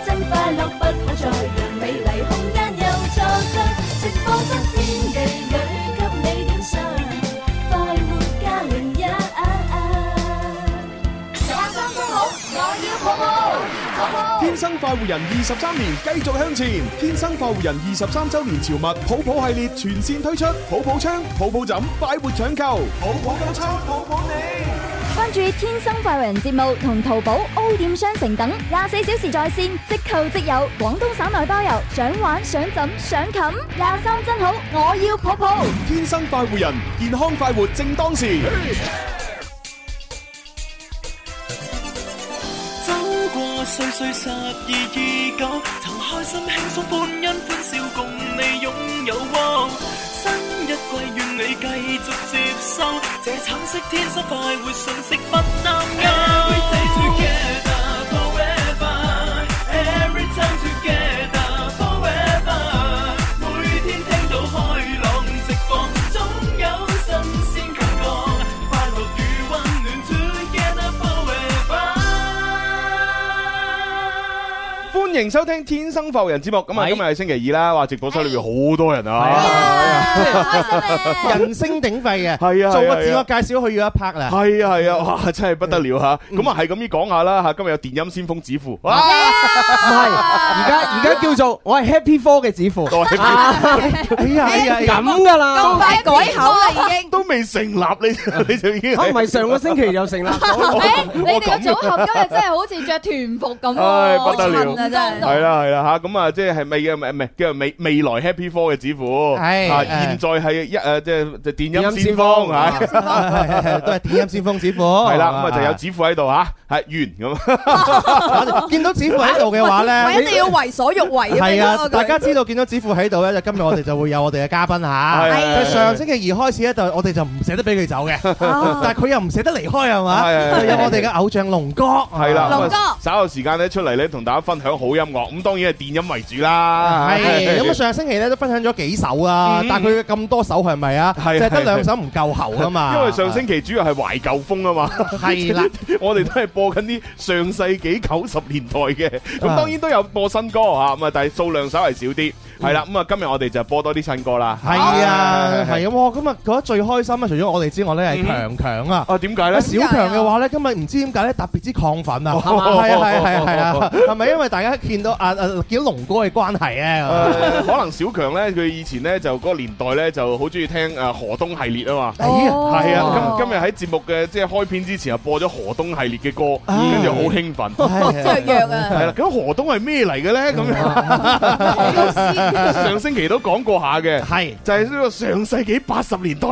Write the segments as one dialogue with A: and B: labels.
A: 作不可再讓美麗空間又錯失。直播室天地裏給你點上，快活加零一。
B: À,
A: 打三分好，我要抱抱，抱抱。
C: 天生快活人二十三年繼續向前，天生快活人二十三周年潮物抱抱系列全線推出，抱抱槍、抱抱枕，快活搶購，抱抱金秋，抱抱你。
D: 關注《天生快活人》節目同淘寶 O 店商城等廿四小時在線，即購即有，廣東省內包郵，想玩想枕想冚，廿三真好，我要抱抱。
C: 天生快活人，健康快活正當時。
E: 走過歲歲十二二九，曾開心輕鬆歡欣歡笑共你擁有窩。新一季願你繼續接收這橙色天生快活信息不擔憂。Every day together forever, every time together forever。每天聽到開朗直播，總有新鮮感覺，快樂與溫暖 together forever。
C: 歡迎收聽《天生浮人》節目，咁啊，今日係星期二啦，哇！直播室裏邊好多人啊，
F: 人聲鼎沸嘅，
C: 係啊
F: 做
C: 係
F: 個
C: 啊
F: 自我介紹去咗一 part 啦。
C: 係啊係啊，哇！真係不得了吓，咁啊係咁依講下啦吓，今日有電音先鋒指父，哇！
F: 唔係，而家而家叫做我係 Happy Four 嘅指父。
C: 係
F: 哎呀哎呀，哎呀
G: 咁噶啦，啊
H: 咁快改口啦已經。
C: 都未成立你，你就已經
G: 嚇唔係上個星期就成啦。
H: 誒，你哋嘅組合今日真係好似着團服咁
C: 唉
H: 喎，
C: 不得了
H: 好襯啊真係。
C: 係 啦係啦吓，咁啊即係未嘅唔係唔係叫做未未來 Happy Four 嘅指父，
F: 係
C: 啊
F: 係
C: 現在係一誒即係就電音
G: 電音
C: 先
G: 先
C: 鋒
F: 哦
G: 鋒
C: 吓，
F: 係係係都係電音先鋒指父。
C: 係
F: 係
C: 啦，咁啊就有指父喺度吓，係完咁啊，
F: 有見到指父喺度嘅 話
H: 喂一
F: 咧，
H: 定要為所欲為咁
F: 係
H: 樣
F: 啊，
H: 咯
F: 大家
H: 佢
F: 知道見到指父喺度咧，就今日我哋就會有我哋嘅嘉賓
C: 係
F: 嚇。
C: 係
F: 就上星期二開始咧，就我哋就唔捨得俾佢走嘅，哦 但係佢又唔捨得離開係嘛？
C: 係係係
F: 就有我哋嘅偶像龍哥
C: 係啦，
H: 龍
C: 咁
H: 哦哥
C: 啊稍後時間咧出嚟咧同大家分享好音樂，咁當然係電音為主啦，
F: 係 咁啊！上星期咧都分享咗幾首啊
C: 嗯，
F: 但係佢咁多首係咪啊？就
C: 係
F: 係得兩首唔夠喉啊嘛。
C: 因為上星期主要係懷舊風啊嘛，
F: 係啦，
C: 我哋都係播緊啲上世紀九十年代嘅，咁
F: 啊
C: 當然都有播新歌嚇，咁啊，但係數量稍為少啲，係啦，咁啊，今日我哋就播多啲新歌啦。
F: 係
C: Ờ.
F: 啊，係啊，哇！今日覺得最開心啊，除咗我哋之外咧，係強強啊。
C: 啊，點解呢？
F: 小強嘅話咧，今日唔知點解咧特別之亢奮啊，係啊係啊係啊係啊，係咪因為大家見到啊啊見到龍哥嘅關係
C: 誒
F: 咧？
C: 呃可能小強呢，佢以前呢，就嗰個年代呢，就好中意聽誒河東系列啊嘛。
F: 哎呀，
C: 係啊，今今日喺節目嘅即係開篇之前啊，播咗河東系列嘅歌，
F: 啊
C: 跟住好興 奮。
F: 哦
H: 雀躍啊，
C: 係啦，咁河東係咩嚟嘅呢？咁樣
H: 我都知。
F: 哦
C: 上星期都講過下嘅，
F: 係
C: 就係呢個上世紀八十年代。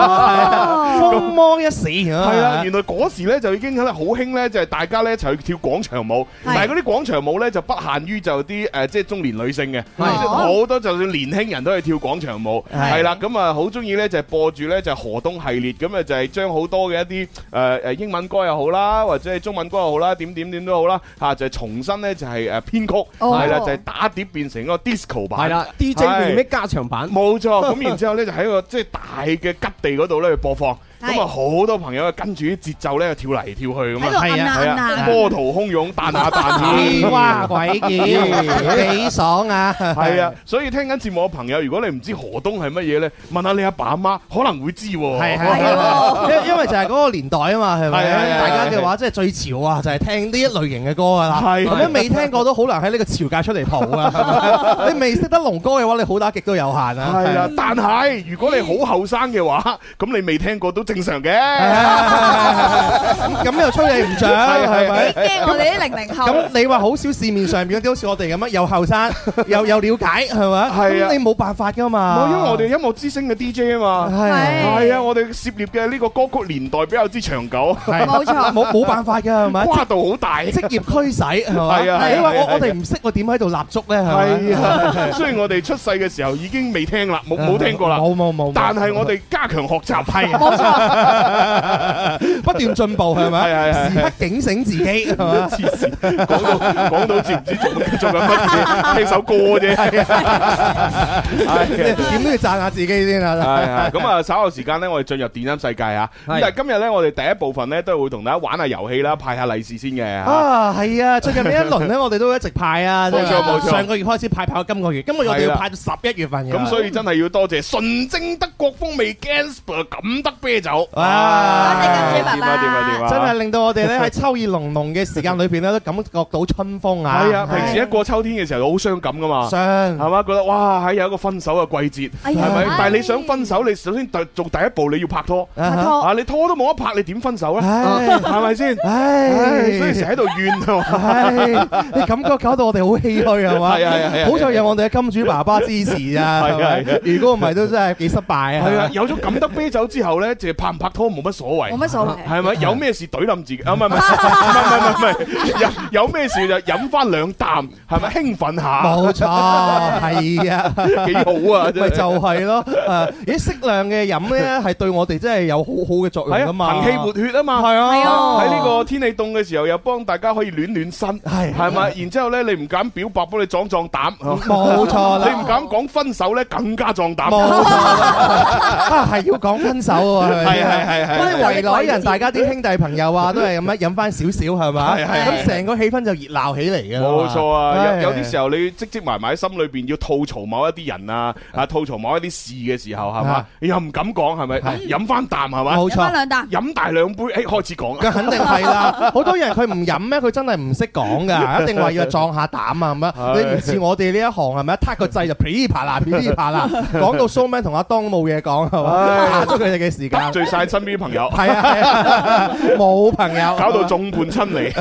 F: 風魔一時係
C: 係啦，原來嗰時咧就已經咧好興咧，就係大家咧一齊去跳廣場舞，但係嗰啲廣場舞咧就不限於就啲誒即係中年女性嘅，即係好多就算年輕人都去跳廣場舞，
F: 係
C: 係啦，咁啊好中意咧就係播住咧就係河東系列，咁啊就係將好多嘅一啲誒誒英文歌又好啦，或者係中文歌又好啦，點點點都好啦，嚇就係重新咧就係誒編曲，
H: 哦
C: 係啦就係打碟變成一個 disco 版，
G: 係啦，DJ
C: 係
G: remix 加長版，
C: 冇錯， 咁然之後咧就喺個即係大嘅吉地嗰度咧去播放，咁啊好多朋友啊跟住啲節奏咧跳嚟跳去咁
H: 喺
C: 啊，
H: 度摁啊
C: 係
H: 摁
C: 啊，
H: 啊，
C: 波濤洶湧，彈下彈下。
F: 哇鬼叫，幾爽啊！
C: 係啊，所以聽緊節目嘅朋友，如果你唔知河東係乜嘢咧，問下你阿爸阿媽，可能會知喎。
F: 係係係，因因為就係嗰個年代啊嘛，係
C: 係係係
F: 咪？大家嘅話即係最潮啊，就係聽呢一類型嘅歌噶啦。
C: 係
F: 咁樣未聽過都好難喺呢個潮界出嚟蒲啊係咪。你未識得龍哥嘅話，你好打極都有限啊。
C: 係啦，但係如果你好後生嘅 話，咁你未聽過都正常嘅。
F: 係， 咁又吹你唔漲
C: 係係
F: 係咪？
H: 驚我哋啲零零後。
F: 咁你話好少市面上邊嗰啲好似我哋咁樣，又後生又又了解係咪？
C: 係啊
F: 咁你冇辦法噶嘛。
C: 冇因為我哋音樂之星嘅 DJ 啊嘛，
F: 係
C: 係啊，我哋涉獵嘅呢個歌曲年代比較之長久，
F: 係
H: 冇錯
F: 冇冇辦法㗎係咪？
C: 跨度好大。
F: 職業驅使係嘛？
C: 係啊
F: 你話
C: 係啊
F: 我我哋唔識，我點喺度立足咧？係咪
C: 係 啊， 雖然我哋出世嘅時候已經未聽啦，冇冇聽過啦，
F: 冇冇冇，
C: 但係我哋加強學習係
F: 冇錯 不斷進步係咪？
C: 係係係
F: 時刻警醒自己係嘛？
C: 黐線，講到講到知唔知做做緊乜嘢？聽首歌啫。
F: à.
C: 係
F: 點都要讚下自己先啦。
C: 係係咁啊，稍後時間咧，我哋進入電音世界啊。咁
G: 係
C: 但係今日咧，我哋第一部分咧都係會同大家玩下遊戲啦，派下利是先嘅。嚇
F: 啊，係啊！最近呢一輪咧，我哋都一直派啊，
C: 冇錯冇錯
F: 上個月開始派，派到今個月，今個月我哋
C: 係啦
F: 要派到十一月份嘅。
C: 咁所以真係要多謝純正德國風味 Gansper 咁得啤酒。
F: 哇多謝金
H: 主爸爸
C: 點啊點啊點啊！
F: 真係令到我 哋咧喺秋意濃濃嘅時間裏邊咧，都感覺到春風啊！
C: 係啊！平時一過秋天嘅時候，好傷感噶嘛。
F: 傷
C: 係嘛？覺得哇，喺有一個分手嘅季節，
D: 哎
C: 係
D: 呀
C: 咪
D: 哎？
C: 但係你想分手，你首先第做第一步你要拍拖，啊！你拖都冇得拍，你點分手咧？
F: 唉
C: 係咪先？唉
F: 哎唉，
C: 所以成日喺度怨啊！
F: 唉， 你感覺搞到我哋好唏噓係嘛？
C: 係啊係啊係啊
F: 好在有我哋嘅金主爸爸支持 啊！
C: 係啊係啊
F: 如果唔係都真係幾失敗啊！
C: 係啊，有咗咁得啤酒之後咧，就拍唔拍拖冇乜所謂
H: 冇。乜所謂。
C: 係咪有咩事懟冧自己啊？唔係唔係唔係唔係唔係，有有咩事就飲翻兩啖，係咪興奮下？
F: 冇錯，係啊，
C: 幾好 啊！
F: 咪
C: 真
F: 就
C: 係
F: 係咯。誒，咦，適量嘅飲咧，係對我哋真係有好好嘅作用
C: 係
F: 噶
C: 啊，
F: 嘛。
C: 行氣活血啊嘛。
F: 係啊，
H: 係啊
C: 喺呢個天氣凍嘅時候，又幫大家可以暖暖身，
F: 係
C: 係咪？然之後咧，你唔敢表白，幫你壯壯膽。
F: 冇錯啦
C: 你唔敢講分手咧，更加壯膽。
F: 冇錯啊，係要講分手喎，係咪
C: 係係係係
F: 咁你圍內人，大家啲兄弟朋友啊，都係咁樣飲翻少少係咪？
C: 係係係
F: 咁成個氣氛就熱鬧起嚟㗎啦嘛
C: 冇錯啊！
F: 唉
C: 有有啲時候你積積埋埋喺心裏邊要吐槽某一啲人啊，啊吐槽某一啲事嘅時候係嘛
F: 啊，
C: 你又唔敢講係咪？
F: 係
C: 飲翻啖係嘛？
F: 冇
H: 飲翻
F: 錯。
H: 兩啖，
C: 飲大兩杯，誒哎開始講啦。啊
F: 佢肯定係啦，好多人佢唔飲咧，佢真係唔識 講㗎，一定話要撞下膽啊咁
C: 係
F: 樣。你唔似我哋呢一行係咪？一撻個掣就噼哩 啪啦噼哩啪啦，講到 so man 同阿當都冇嘢講係
C: 唉
F: 嘛，咗佢哋嘅時間
C: 得。罪晒身邊啲朋友，
F: 係啊係啊， 冇朋友，
C: 搞到眾叛親 離，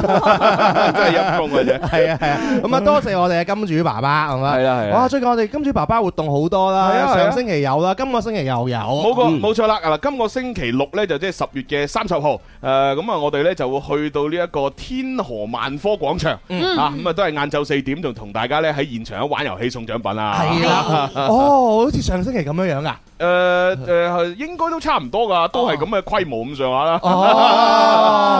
C: 真係陰公嘅啫。
F: 係啊係啊， 咁啊多謝我哋嘅金主爸爸，係咪？
C: 係啦係啦
F: 哇！最近我哋金主爸爸活動好多
C: 係啊係
F: 啦，
C: 啊
F: 上星期有啦，今個星期又有。嗯
C: 冇個冇錯啦，嗱，今個星期六咧就即係十月嘅三十號，誒咁啊，我哋咧就會去到呢一個天河萬科廣場啊，咁啊都係晏晝四點，就同大家咧喺現場玩遊戲送獎品啦。
F: 係啦，
C: 啊
F: 哦，好似上星期咁樣樣啊。
C: 誒誒，應該都差唔多㗎，都係咁嘅規模咁上下啦。
F: 哦，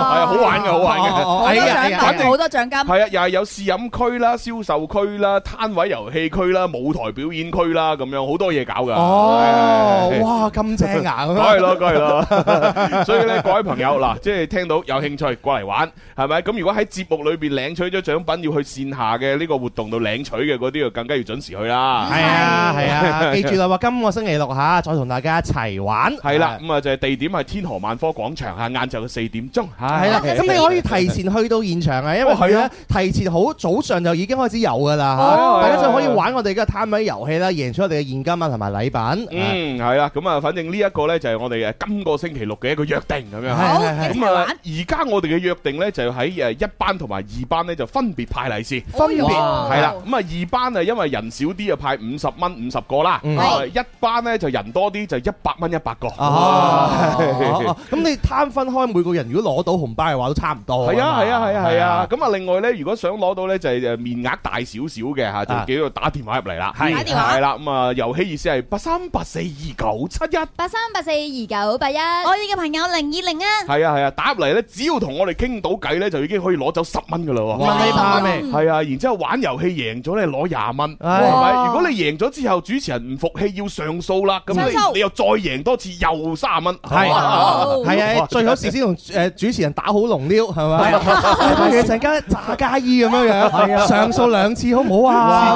C: 係啊，好玩嘅，好玩嘅。
F: 哦
H: 好多獎
F: 哎呀
C: 反
H: 品，
C: 正
H: 好多獎金。
C: 係啊，又係有試飲區啦、銷售區啦、攤位遊戲區啦、舞台表演區啦，咁樣好多嘢搞㗎。
F: 哦
C: 係，
F: 哇，咁正啊！
C: 梗係咯，梗係咯。 所以咧，各位朋友嗱，即係聽到有興趣過嚟玩，係咪？咁如果喺節目裏邊領取咗獎品，要去線下嘅呢個活動度領取嘅嗰啲，就更加要準時去啦。
F: 係
C: 嗯
F: 啊係 啊，記住啦，話今個星期六吓，再同大家一齊玩。
C: 係啦，咁啊就係地點係天河萬科廣場啊，晏晝嘅四點鐘。
F: 啊係
C: 係
F: 啦，咁你可以提前去到現場啊，因為
C: 哦
F: 佢
C: 係
F: 咧
C: 啊
F: 提前好早上就已經開始有㗎啦
C: 哦
F: 嚇，大家就可以玩我哋嘅攤位遊戲啦，贏取我哋嘅現金啊同埋禮品。係
C: 嗯，係啦，咁啊，反正呢一個呢，就係我哋誒今個星期六嘅一個約定咁樣。
F: 係
H: 好，
F: 係
H: 一
C: 咁
H: 齊
C: 啊，
H: 玩。
C: 而家我哋嘅約定呢，就喺誒一班同埋二班呢，就分別派利是。
F: 分別
H: 哦
C: 係啦，咁啊二班啊，因為人少啲啊，派五十蚊五十個啦。
F: 嗯啊
C: 啊一班咧就人多啲，就一百蚊一百個。
F: 哦，咁你攤分開每個人，如果攞到紅包嘅話，都差唔多。
C: 係啊係啊係啊係啊！
F: 係
C: 咁啊，另外咧，如果想攞到咧，就係誒面額大少少嘅嚇，
F: 啊
C: 就叫做打電話入嚟啦。
F: 係
H: 打電話
C: 係啦，咁啊遊戲意思係八三八四二九七一。
D: 八三八四二九八一，
H: 我哋嘅朋友零二零啊，
C: 係啊係啊，打入嚟咧，只要同我哋傾到偈咧，就已經可以攞走十蚊噶啦喎。
F: 哇！你怕未？
C: 係啊，然之後玩遊戲贏咗咧攞廿蚊，
F: 唉
C: 係咪？
H: 哇
C: 如果你贏咗之後，主持人唔服氣要上訴啦，咁
H: 上訴
C: 你你又再贏多次又三十蚊，
F: 係啊
C: 哇
F: 係啊，最好 事先同誒主持人打好龍溜，係咪？
C: 啊
F: 佢哋陣間炸家衣咁樣樣，上訴兩次好唔好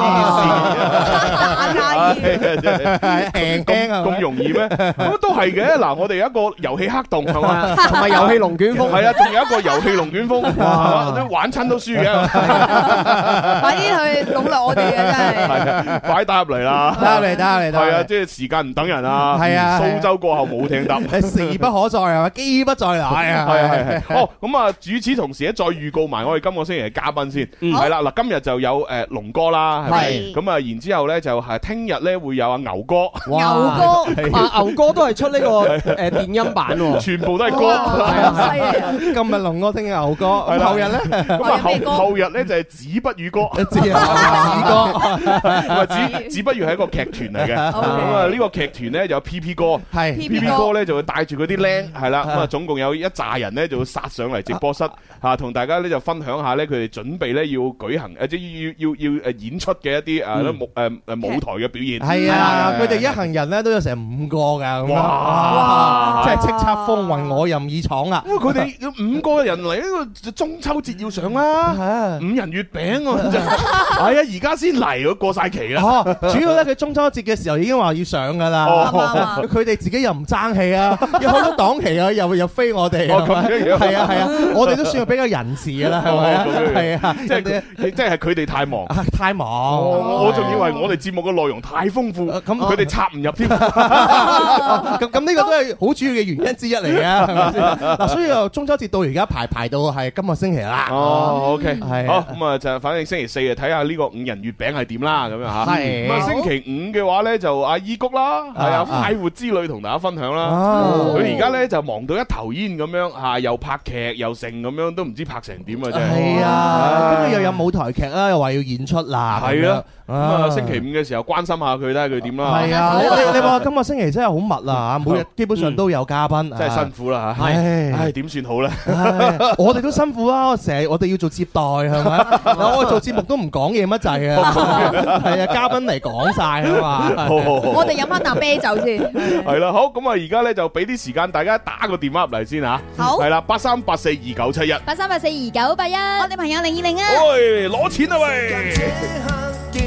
H: 打
F: 啊？
C: 唉
H: 家意。
C: 真係
F: 係
C: 咁
F: 輕輕啊，
C: 咁容易 咩？咁都係嘅。嗱，我哋有一個遊戲黑洞係嘛，
F: 啊
G: 同埋遊戲龍捲風，
C: 係啊，仲有一個遊戲龍捲風，係嘛都玩親都輸嘅。
H: 快啲去籠絡我哋啊！真係。
C: 係啊，快打入嚟啦！
F: 打嚟打嚟打
C: 係啊，
F: 嚟，
C: 即係時間唔等人啊。
F: 係啊係啊
C: 蘇州過後冇艇搭。
F: 誒時不可再 係咪？機不再來啊！
C: 係係係，哦，咁啊，主此同時咧，再預告埋我哋今個星期嘅嘉賓先，係啦，嗱，今日就有誒龍哥啦，係咪？
D: 係
C: 咁啊，然之後咧就係聽日咧會有阿牛哥，
G: 哇
F: 牛
G: 啊牛哥都係出呢個誒電音版喎，
C: 全部都係
H: 哇
C: 歌。
H: 好犀利啊！
F: 哥，今日龍哥，聽日牛哥，
C: 啦
F: 後日咧
C: 咁啊，
H: 有咩歌
C: 後後日咧就係子不語歌，唔
F: 自由二哥，
C: 係子子不語係一個劇團嚟嘅，咁
H: OK
C: 啊呢個劇團咧就有 P P 哥
F: 係
C: P P
H: 哥
C: 哥咧就會帶住嗰啲僆係
F: 嗯
C: 啦，咁啊總共有一紮人咧就會殺上嚟直播
F: 啊
C: 室嚇，同大家咧就分享下咧佢哋準備咧要舉行呃誒即係要要要誒演出嘅一啲呃誒舞誒誒舞台嘅表演。
F: 嗯係啊，
C: 係
F: 佢哋一行人咧都有成五個㗎，咁樣
C: 哇
F: 哇！即係叱咤風雲，我任意闖啊！
C: 因為佢哋有五個人嚟，呢個中秋節要上啦，
F: 啊
C: 五人月餅喎，真係 係啊，而家先嚟，過晒期啦。
F: 哦， 主要咧佢中秋節嘅時候已經話要上㗎啦，
C: 哦
H: 啱啊
F: 佢哋自己又唔爭 氣啊，有好多檔期啊，又又飛我哋，
C: 哦咁樣樣
F: 係啊係啊，我哋都算係比較仁慈㗎啦，係咪啊
C: 哦咁樣？樣
F: 係啊，
C: 即係
F: 人
C: 佢即係佢哋太忙哦
F: 哋。啊太忙，
C: 我我仲以為我哋節目嘅內容太豐富，
F: 啊
C: 咁
F: 咁哦
C: 佢哋插唔入 添。
F: 咁咁呢個都係好主要嘅原因之一嚟 嘅，係咪先？嗱，所以由中秋節到而家排排到係今個星期啦。
C: 哦，OK，
F: 係
C: 好咁啊，就反正星期四啊，睇下呢個五人月餅係點啦，咁樣吓。
F: 係
C: 咁啊，星期五嘅話咧就阿依谷啦，係啊，
F: 啊
C: 快活之旅同大家分享啦。
F: 哦
C: 佢而家咧就忙到一頭煙咁樣吓，又拍劇又成咁樣，都唔知拍成點啊！真係。
F: 係啊，跟住又有舞台劇啦，又話要演出啦，
C: 係啊，
F: 咁
C: 咁
F: 樣
C: 啊，星期五嘅時候關心下佢，睇下佢點啦。
F: 係啊，你你你話今個星期真係好密啦，每日基本上都有嘉賓，
C: 嗯真係辛
F: 苦。
C: 苦啦吓。
F: 係
C: 唉，點算好咧？
F: 唉我哋都辛苦啦，我成日我哋要做接待係 咪？嗱，我做節目都唔講嘢乜滯啊，係啊，嘉賓嚟講晒啊嘛。
C: 好好好。
H: 我哋飲翻啖啤酒先。
C: 系啦，好咁啊！而家咧就俾啲時間大家打個電話入嚟先吓，
H: 好
C: 係啦，八三八四二九七一，
D: 八三八四二九八一，我哋朋友零二零啊
C: 喂，攞錢啦喂！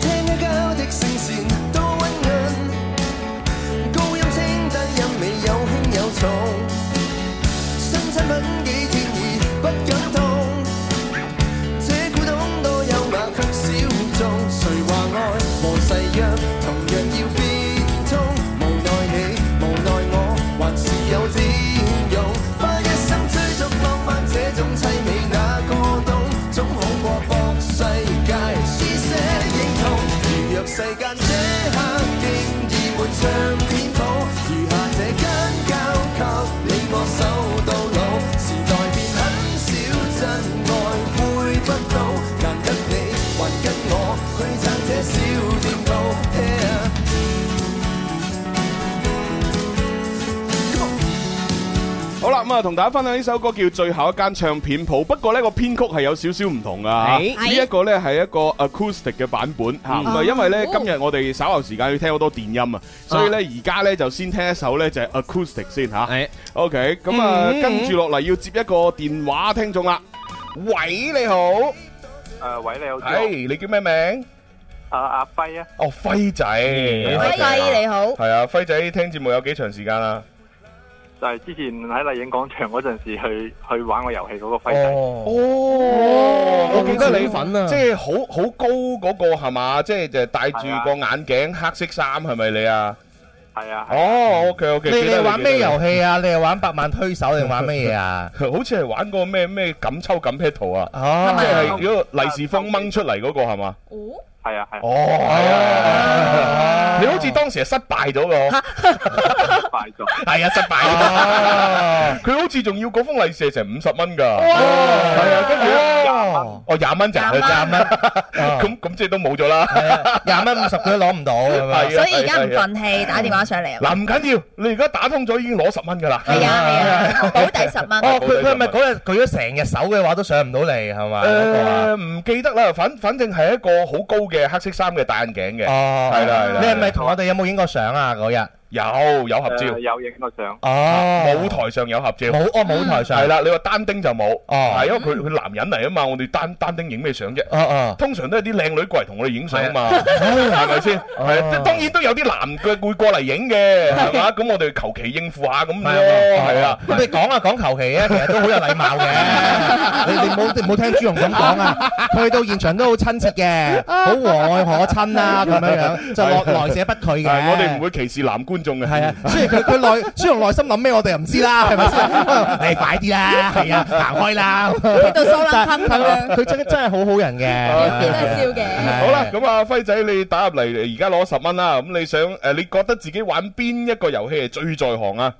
E: 聽一交的聲線都溫潤，高音清低音美有輕有重，新產品幾天意不感動，這古董多優雅卻小眾，誰話愛和誓約同樣要變通？無奈你，無奈我，還是有佔用，花一生追逐浪漫這種凄美哪個懂？總好過博世界施捨認同。如若世間這刻竟已沒唱片譜，餘下這間交給你我守到老。時代變很少，真愛配不到，難得你還跟我去撐這小店鋪。Yeah. Come on.
C: 好啦，咁啊，同大家分享呢首歌叫《最後一間唱片鋪》，不過呢個編曲係有少少唔同噶吓，
G: 係嗯
C: 呢一個呢係一個 acoustic 嘅版本吓，咁啊，因為呢
H: 哦
C: 今日我哋稍後時間要聽好多電音啊，所以呢而家呢就先聽一首呢就係 acoustic 先吓
G: 係。
C: OK，咁啊，
G: 嗯
C: 跟住落嚟要接一個電話聽眾啦。喂，你好，
I: 誒，喂，你好，
C: 唉，你叫咩名？
I: 阿阿輝啊，
C: 哦，輝仔，輝
H: 輝你好，
C: 系啊，輝仔聽節目有幾長時間啦？
I: 就係之前喺麗影廣場嗰陣時去去玩個遊戲嗰個輝仔，
C: 哦，我記得你
G: 粉啊
C: 即係好好高嗰個係嘛？即係就戴住個眼鏡，黑色衫係咪你啊？
I: 係啊，係啊
C: 哦，OK OK，
F: 你你玩咩遊
C: 戲？
F: 戲啊？你係玩百萬推手定 玩乜嘢啊？
C: 好似係玩個咩咩錦抽錦 p e t 啊？
F: 哦
C: 即係嗰個利是封掹出嚟嗰個係嘛？
I: 係啊，係啊，
C: 哦，係啊，你好似當時係失敗咗個，
I: 快咗，
C: 係啊，失敗
F: 哦
C: 咗。 佢好似仲要嗰封利是係成五十蚊㗎，係啊，跟住
F: 哦，
C: 哦廿蚊咋，
F: 廿 蚊，哦啊
C: 咁咁即係都冇咗啦。啊
F: 廿蚊五十佢都攞唔到咁樣。
C: 所以而家唔憤
J: 氣打電話上嚟啊！
C: 嗱，唔緊要，你而家打通咗已經攞十蚊㗎啦。
J: 係啊係啊，保底十蚊。
F: 哦，佢佢係咪嗰日舉咗成日手嘅話都上唔到嚟係嘛？嗰個啊
C: 誒，唔記得啦，反反正係一個好高嘅黑色衫嘅戴眼鏡嘅，
F: 哦，
C: 係啦係啦
F: 你係咪同我哋有冇影過相啊？嗰日
C: 有有合照
I: 誒，有影個相，
F: 哦
C: 舞台上有合照，
F: 冇哦舞台上
C: 係啦。你話單丁就冇，
F: 哦
C: 係因為佢佢男人嚟啊嘛，我哋單單丁影咩相啫？
F: 哦哦
C: 通常都係啲靚女過嚟同我哋影相嘛，係咪先？係即係當然都有啲男嘅會過嚟影嘅，係嘛？咁我哋求其應付下咁咯，係啊。
F: 咁你講啊講求其啊，其實都好有禮貌 嘅。你你冇你冇聽朱紅咁講 啊，去到現場都好親切 嘅，好和蔼可親啊咁樣樣，就落來者不拒嘅。
C: 係我哋唔會歧視男觀觀眾嘅。
F: 係啊，雖然 佢佢內雖然內心諗咩，我哋又唔 知啦，係咪先？你快啲啦，係啊，行開啦。
J: 去到蘇冷坑咁
F: 但
J: 樣，
F: 佢真真係好好
C: 哦
F: 人
H: 表面都係
F: 嘅。
H: 笑嘅。
C: 好啦，咁啊，輝仔你打入嚟，而家攞十蚊啦。咁你想誒，你覺得自己玩邊一個遊戲係最在行啊？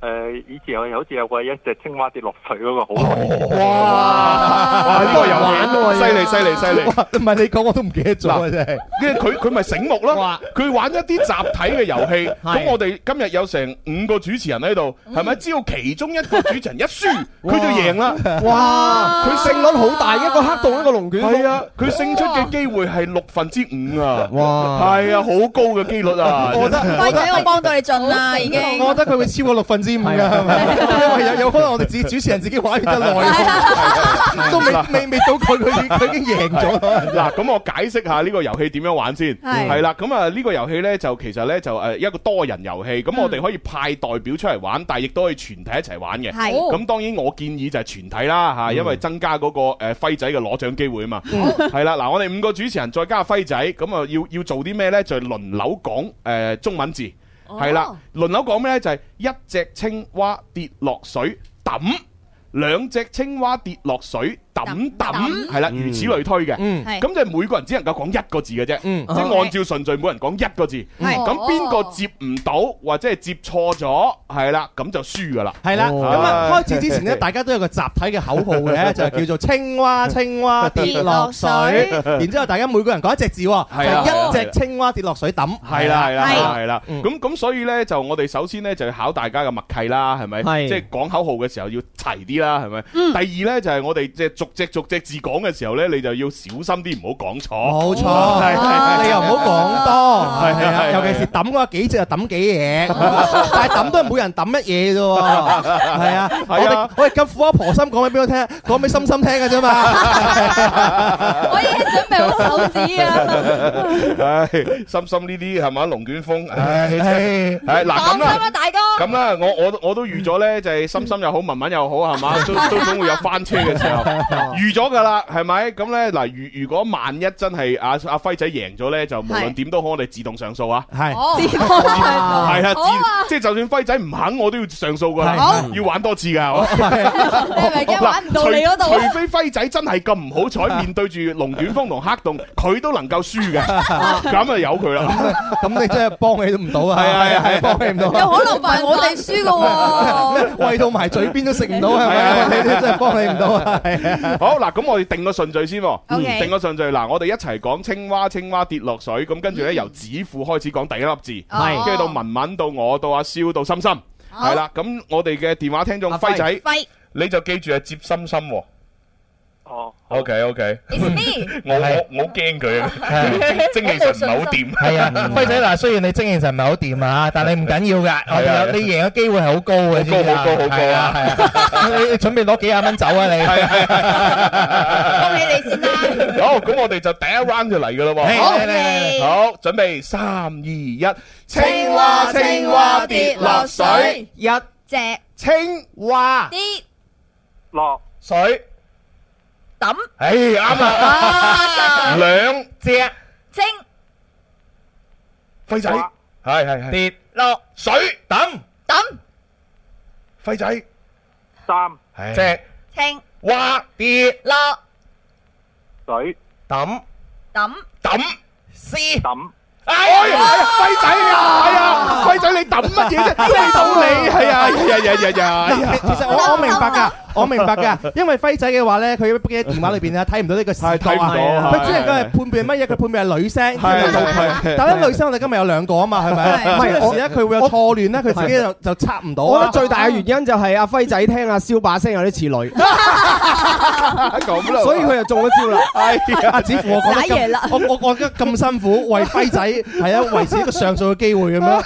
I: 诶，以前有好似有個一隻青蛙跌落水嗰個好耐，
C: 哦哇！呢個遊
G: 玩喎
C: 戲犀利犀利犀利！
F: 哇唔係你講我都唔記得咗啊！真係。
C: 因為佢 佢咪醒目咯
G: 哇，
C: 佢玩一啲集體嘅遊戲。咁
G: 係
C: 我哋今日有成五個主持人喺度，係咪？只要其中一個主持人一輸，佢就贏啦。
G: 哇！佢勝率好大，一個黑洞一個龍捲風。
C: 係啊，佢勝出嘅機會係六分之五啊！
G: 哇！
C: 係啊，好高嘅機率啊！
F: 我覺得
J: 威仔我幫到你盡啦，已經。
F: 我覺得佢會超過六分之五㗎，係咪？因為有有可能我哋自己主持人自己玩得耐， 都未未未到佢， 佢已佢已經贏咗啦。
C: 嗱，咁我解釋下呢個遊戲點樣玩先，
H: 係
C: 係啦，咁啊呢個遊戲呢，就其實呢，就誒一個多人遊戲，
F: 嗯
C: 咁我哋可以派代表出嚟玩，但係亦都可以全體一齊玩嘅。
H: 係
C: 咁當然我建議就係全體啦
F: 嗯
C: 嚇，因為增加嗰個誒輝仔嘅攞獎機會啊嘛。係啦，嗱我哋五個主持人再加輝仔，咁啊要要做啲咩呢？就係輪流講誒中文字，
F: 哦
C: 係啦，輪流講咩呢？就係一隻青蛙跌落水揼，兩隻青蛙跌落水揼
H: 揼
C: 揼，
H: 揼
C: 係啦，如此類推嘅。
F: 嗯
H: 係哦
C: 咁就每個人只能夠講一個字嘅啫，
F: 嗯
C: 即係按照順序每人講一個字。
H: 係
C: 咁邊個接唔到或者係接錯咗，係啦，咁就輸噶啦。
F: 係啦，
G: 哦
F: 咁啊開始之前 咧，大家都有個集體嘅口號嘅，就係叫做青蛙青蛙 跌落水，然之後大家每個人講一隻字喎，
C: 係啊
F: 就一隻青蛙跌落水抌，
C: 係啦，係啦，係啦係啦。
F: 啊嗯
C: 咁咁，所以呢，就我哋首先呢，就要考大家嘅默契啦，係咪？
G: 係
C: 即係講口號嘅時候要齊啲啦，係咪？第二呢，就係我哋即係逐隻逐隻字講嘅時候呢，你就要小心啲，唔好講錯。
F: 冇錯，
C: 係係
F: 你又唔好講多，係啊，
C: 係係
F: 尤其是抌嗰個幾隻就抌幾 嘢，但係抌都係每人抌一嘢啫喎，係啊，我
C: 係啊
F: 哋我哋咁苦口婆心講俾邊個聽，講俾心心聽嘅啫嘛，
H: 我已經準備好手指啊！
C: 唉，心心呢啲係嘛龍捲風，唉，真係
F: 唉
C: 唉嗱
H: 放
C: 咁
H: 心
C: 啦。
H: 啦，大哥。
C: 咁啦，我我都我都預咗咧，就係心心又好，文文又 好，係嘛，都都總會有翻車嘅時候，
H: 哦
C: 預咗噶啦，係咪？咁咧嗱，如如果萬一真係阿阿輝仔贏咗咧，就無論
H: 係
C: 點都好，我哋自動上訴啊。
F: 係。
H: 哦，
C: 係啊
H: 好啊
C: 自，即係就算輝仔唔肯，我都要上訴噶啦
F: 好，
C: 要玩多次噶。
H: 哦 你係咪驚玩唔到
C: 除
H: 你嗰度啊？哦
C: 除非輝仔真係咁唔好彩，面對住龍捲風同黑洞，佢都能夠輸嘅，
H: 哦
C: 咁啊由佢啦。
F: 咁你真係幫你都唔到啊！
C: 係啊係啊係啊
F: 幫你唔到
H: 有
F: 啊！
H: 可能唔係我哋輸噶喎。
F: 喂到埋嘴邊都食唔到係
C: 係啊
F: 咪？你 都真係幫你唔到啊！
C: 好嗱，咁我哋定個順序先喎，
H: OK
C: 定個順序嗱，我哋一齊講青蛙，青蛙跌落水，咁跟住呢，由子父開始講第一粒字，
H: 係
C: 跟住到文文，到我，到阿蕭，到心心，係啦，咁我哋嘅電話聽眾
G: 阿
C: 輝
G: 輝
C: 仔，
J: 輝
C: 你就記住係接心心喎。
I: 哦，
C: OK OK，
J: ，It's me，
C: 我我我好驚佢 啊，精精氣神唔係好掂。
F: 係啊，輝仔嗱，雖然你精神唔係好掂啊，但你唔緊要㗎，我
C: 係啊
F: 哋有你贏嘅機會係好高嘅，
C: 好高好高好高啊
F: 係啊！係 啊你你準備攞幾廿蚊走啊你？係
J: 恭喜你先啦。
C: 好，咁我哋就第一 round 就嚟噶咯喎。
F: 好
J: 嚟
C: 好，準備三二一，青
J: 蛙青蛙跌落水，
G: 一隻
J: 隻
C: 青蛙
J: 啲
I: 落
C: 水，
J: 抌
C: 唉啱
E: à.
C: 啦，
H: Ờ.
J: 啊，
H: À.
C: 兩
J: 清
C: 輝仔，
I: 蛙
C: 係係係
F: 跌
J: 落
C: 水等
J: 抌
C: 輝仔，
I: 三
C: 隻
J: 清
C: 蛙跌
J: 落
I: 水
C: 抌
J: 抌
C: 抌。
I: 抌
C: 哎呀，輝仔
E: à.
C: 啊，係啊，輝仔你抌乜嘢啫？飛到你係
E: à.
C: 啊，呀呀呀呀呀！
F: 哎其實我我明白㗎，我明白㗎，因為輝仔嘅話咧，佢嘅電話裏邊咧睇唔到呢個視覺啊，
C: 係 睇唔到係
F: 佢只能夠係判別乜嘢，佢判別係女聲，
C: 係
F: 知道
C: 係
F: 係
C: 係
F: 但係咧女聲我哋今日有兩個啊嘛，係咪？
J: 係
F: 唔係有時咧佢會有錯亂咧，佢自己就就測唔到
G: 我覺得
F: 啊。
G: 最大嘅原因就係阿輝仔聽阿蕭把聲有啲似女，
E: à.
C: 咁啦，
G: 所以佢就中咗招啦。
C: 係啊
F: 阿子父，我
H: 打
F: 覺
H: 贏
F: 得
H: 啦
F: 咁，我我我覺得咁辛苦為輝仔係啊維持一個上訴嘅機會 咁樣，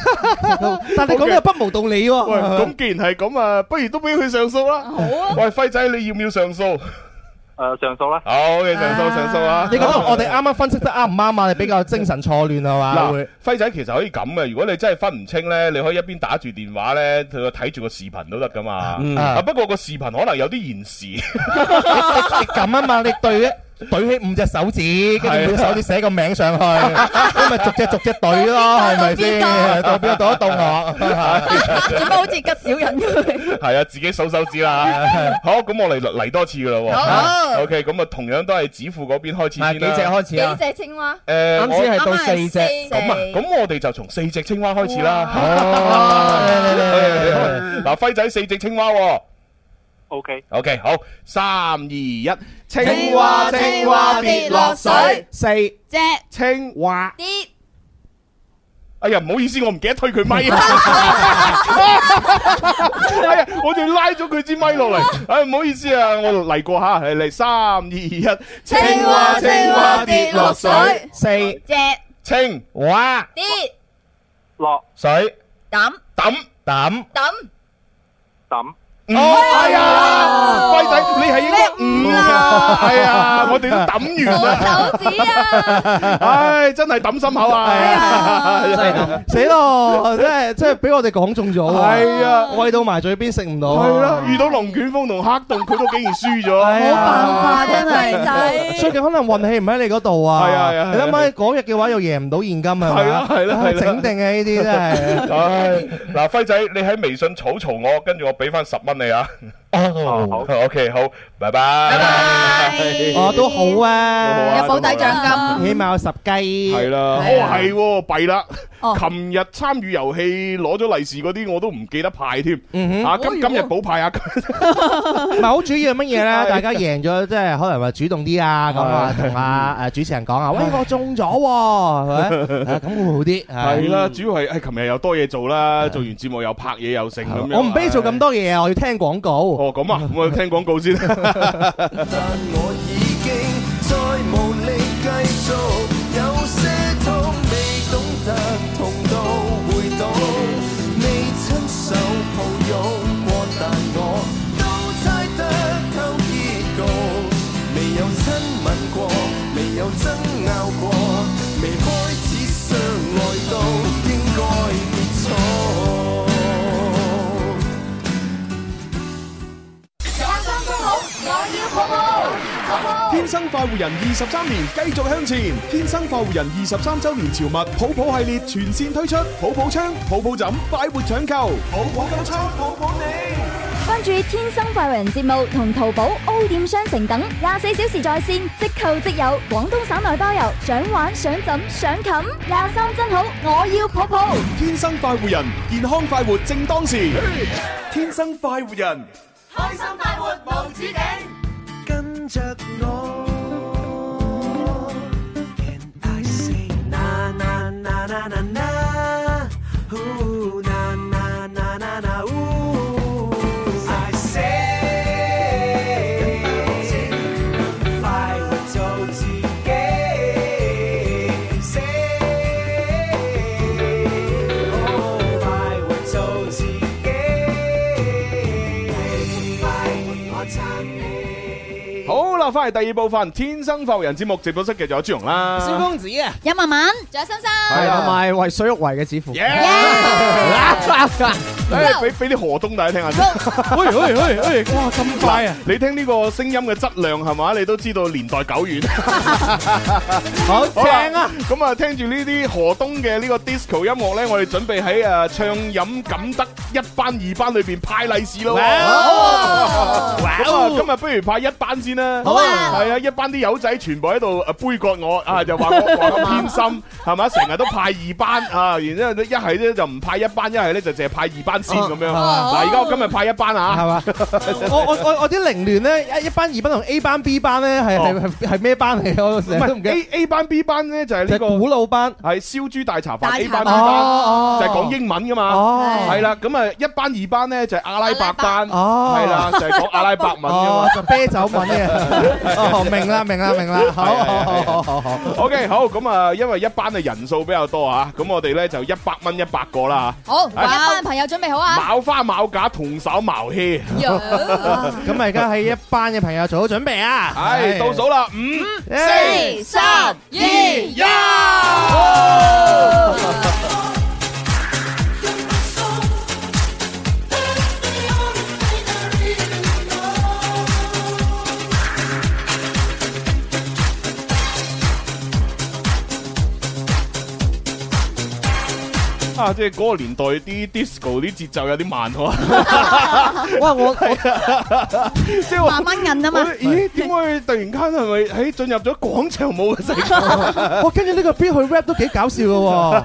F: 但係你講得又不無道理喎。
C: 喂，咁既然係咁啊，不如都俾佢上訴啦。好啊。喂，輝仔，你要唔要上訴？呃
I: 诶上訴啦，
C: 好嘅，上訴上訴啊！
F: 你覺得我哋啱啱分析得啱唔啱啊？你比較精神錯亂係嘛？
C: 嗱
F: 會，
C: 輝仔其實可以咁嘅，如果你真係分唔清咧，你可以一邊打住電話咧，佢睇住個視頻都得噶
F: 嗯
C: 嘛。啊，不過個視頻可能有啲延時。
F: 你咁啊嘛，你對懟起五隻手指，跟住每隻手指寫個名 上去，咁咪逐隻逐隻懟咯，係咪先？到邊度 到我？
J: 做乜好似吉小人咁？
C: 系啊，自己數手指 啦。好，咁我嚟嚟多次噶啦喎。
J: 好
C: O K，咁啊，同樣都係指父嗰邊開始
G: 係
C: 先
G: 幾
C: 啦。
G: 隻開始啊？
H: 幾隻青蛙？
C: 诶，
G: 啱
C: 我
G: 先係到四
J: 啱
G: 隻。
J: 係四
C: 咁啊，咁我哋就從四隻青蛙開始啦。
G: 哦，嚟嚟嚟
C: 嗱，輝仔四隻青蛙喎。
I: O K，
C: O K，好，三二一，青
H: 蛙青蛙跌落水，
F: 四
H: 只
C: 青蛙。
H: 啲
C: 哎呀，唔好意思，我唔記得推佢 咪。 哎呀，我仲拉咗佢支咪落嚟。哎，唔好意思啊，我嚟過吓，嚟嚟三二一，青
H: 蛙青蛙跌落水
F: 四
J: 只
C: 青
F: 哇
J: 啲
I: 落
F: 水
J: 抌
C: 抌。
F: 抌
J: 抌
I: 抌
C: 哦，係
H: 哦
C: 啊，輝仔，你係應該五啊，係啊，我哋都抌 完啦，
H: 手指啊！哎
C: 唉，真係抌心口啊，
G: 真係咁。
F: 死咯！真係真係俾我哋講中咗喎，
C: 係啊
F: 喂到埋嘴邊食唔到，
C: 係啦，遇到龍捲風同黑洞，佢都竟然輸咗。
F: 冇辦
H: 哇，真係 仔，
F: 最近可能運氣唔喺你嗰度啊！
C: 係啊係啊
F: 你諗下嗰日嘅話又贏唔到現金係咪啊
C: 係啦係啦係啦
F: 整定嘅呢啲真係。
C: 唉，嗱，輝仔，你喺微信草嘈我，跟住我俾翻十蚊你啊。
I: 哦好。
C: OK，好，拜拜。
F: 哦，都好啊，
H: 有保底獎金。
F: 起碼有十
C: 系
F: 雞。
C: 啦，
H: 係
C: 哦
H: 啊
C: 係喎，弊啦
H: 哦！
C: 琴日參與遊戲攞咗利是嗰啲，我都唔記得派添。啊，
H: 哦
C: 今今日補派啊！
F: 嗯 唔係好主要係乜嘢咧？
C: 係
F: 大家贏咗，即係可能話主動啲啊，咁啊，同啊誒主持人講啊，喂，我中咗 喎，係咪？啊咁會好
C: 係
F: 啲。係
C: 啦，主要係係琴日又多嘢做啦，做完節目又拍嘢又成咁樣。
F: 我唔俾你做咁多嘢啊，我要聽廣告。
C: 哦，咁啊，咁我聽廣 告先。
E: 但我已經再無力繼續，有些痛未懂得痛到回到，你親手抱擁過，但我都猜得透結局，未有親吻過，未有爭拗過，未開始相愛都應該結束。
K: 天生快活人二十三年繼續向前，天生快活人二十三周年潮物抱抱系列全線推出，抱抱槍、抱抱枕快活搶購，抱抱金槍，抱抱你。
D: 關注《天生快活人》節目同淘寶 O 店商城等廿四小時在線，即購即有，廣東省內包郵，想玩想枕想冚，廿三真好，我要抱抱。
K: 天生快活人，健康快活正當時。天生快活人，
E: 跟着我。And I say na na na na na na, ooh na na na na na ooh. I say 快活做自己，say 快活做自己，快活我撐你。
C: 好啦，翻嚟第二部分《天生浮人》節目直播室嘅仲有朱容啦。
F: 蕭公子啊！
H: 有文文，仲有心心，
G: 係同埋為水玉為嘅指符。
C: 誒俾俾啲河東大家聽下先。
F: 喂喂喂喂，哇咁快啊！
C: 你聽呢個聲音嘅質量係嘛？你都知道年代久遠。
F: 好
C: 好
F: 正
C: 啦
F: 啊！！
C: 咁啊，聽住呢啲河東嘅呢個 disco 音樂咧，我哋準備喺誒唱飲錦德一班二班裏邊派利是 咯喎。咁啊，今日不如派一班先啦。
F: 好啊
C: 係啊，一班啲友仔全部喺度誒杯葛我
F: 嗯
C: 啊，就話我話 我偏心係嘛，成日都派二班啊，然之後呢一係咧就唔派一班，一係咧就淨係派二班先咁樣。
H: 哦
C: 嗱，而家我今日派一班啊。
F: 係嘛？ 我我我我啲凌亂咧，一一班、二班同 A 班、B 班咧，係係係係咩班嚟？我成日都唔
C: 唔
F: 記得，
C: 係 A A 班 B 班咧就係
F: 就
C: 呢
F: 係
C: 個
F: 古老班。
C: 係燒豬大茶
H: 大
C: 飯 A 班
H: 茶
C: B
H: 飯
C: 班，
F: 哦
C: 就係講英文噶嘛。
F: 哦，
C: 係啦，咁啊一班二班咧就係阿拉伯班，
F: 哦
C: 係啦就係講阿拉伯文噶
F: 哦
C: 嘛。，
F: 就啤酒文嘅。哦，明啦，明啦，明啦。好好好好好。
C: OK 好，咁啊因為一班嘅人數比較多啊，咁我哋咧就一百蚊一百個啦
H: 好，一班朋友準備好
C: 嚇，
H: 啊！
C: 卯花卯架同手矛氣，
F: 咁啊，而家喺一班嘅朋友做好準備啊！
C: 唉倒數啦，五
F: 四。
H: 三二一，
C: 一。
A: Hãy subscribe cho kênh Ghiền Mì Gõ Để không bỏ lỡ
C: 啊，即係嗰個年代啲 disco 啲節奏有啲慢喎。
J: 哇！我
C: 即係我
J: 慢慢摁啊嘛
C: 我覺得咦？點解突然間係咪喺進入咗廣場舞嘅世界？
F: 哇，跟住呢個 beat 去 rap 都幾搞笑嘅喎，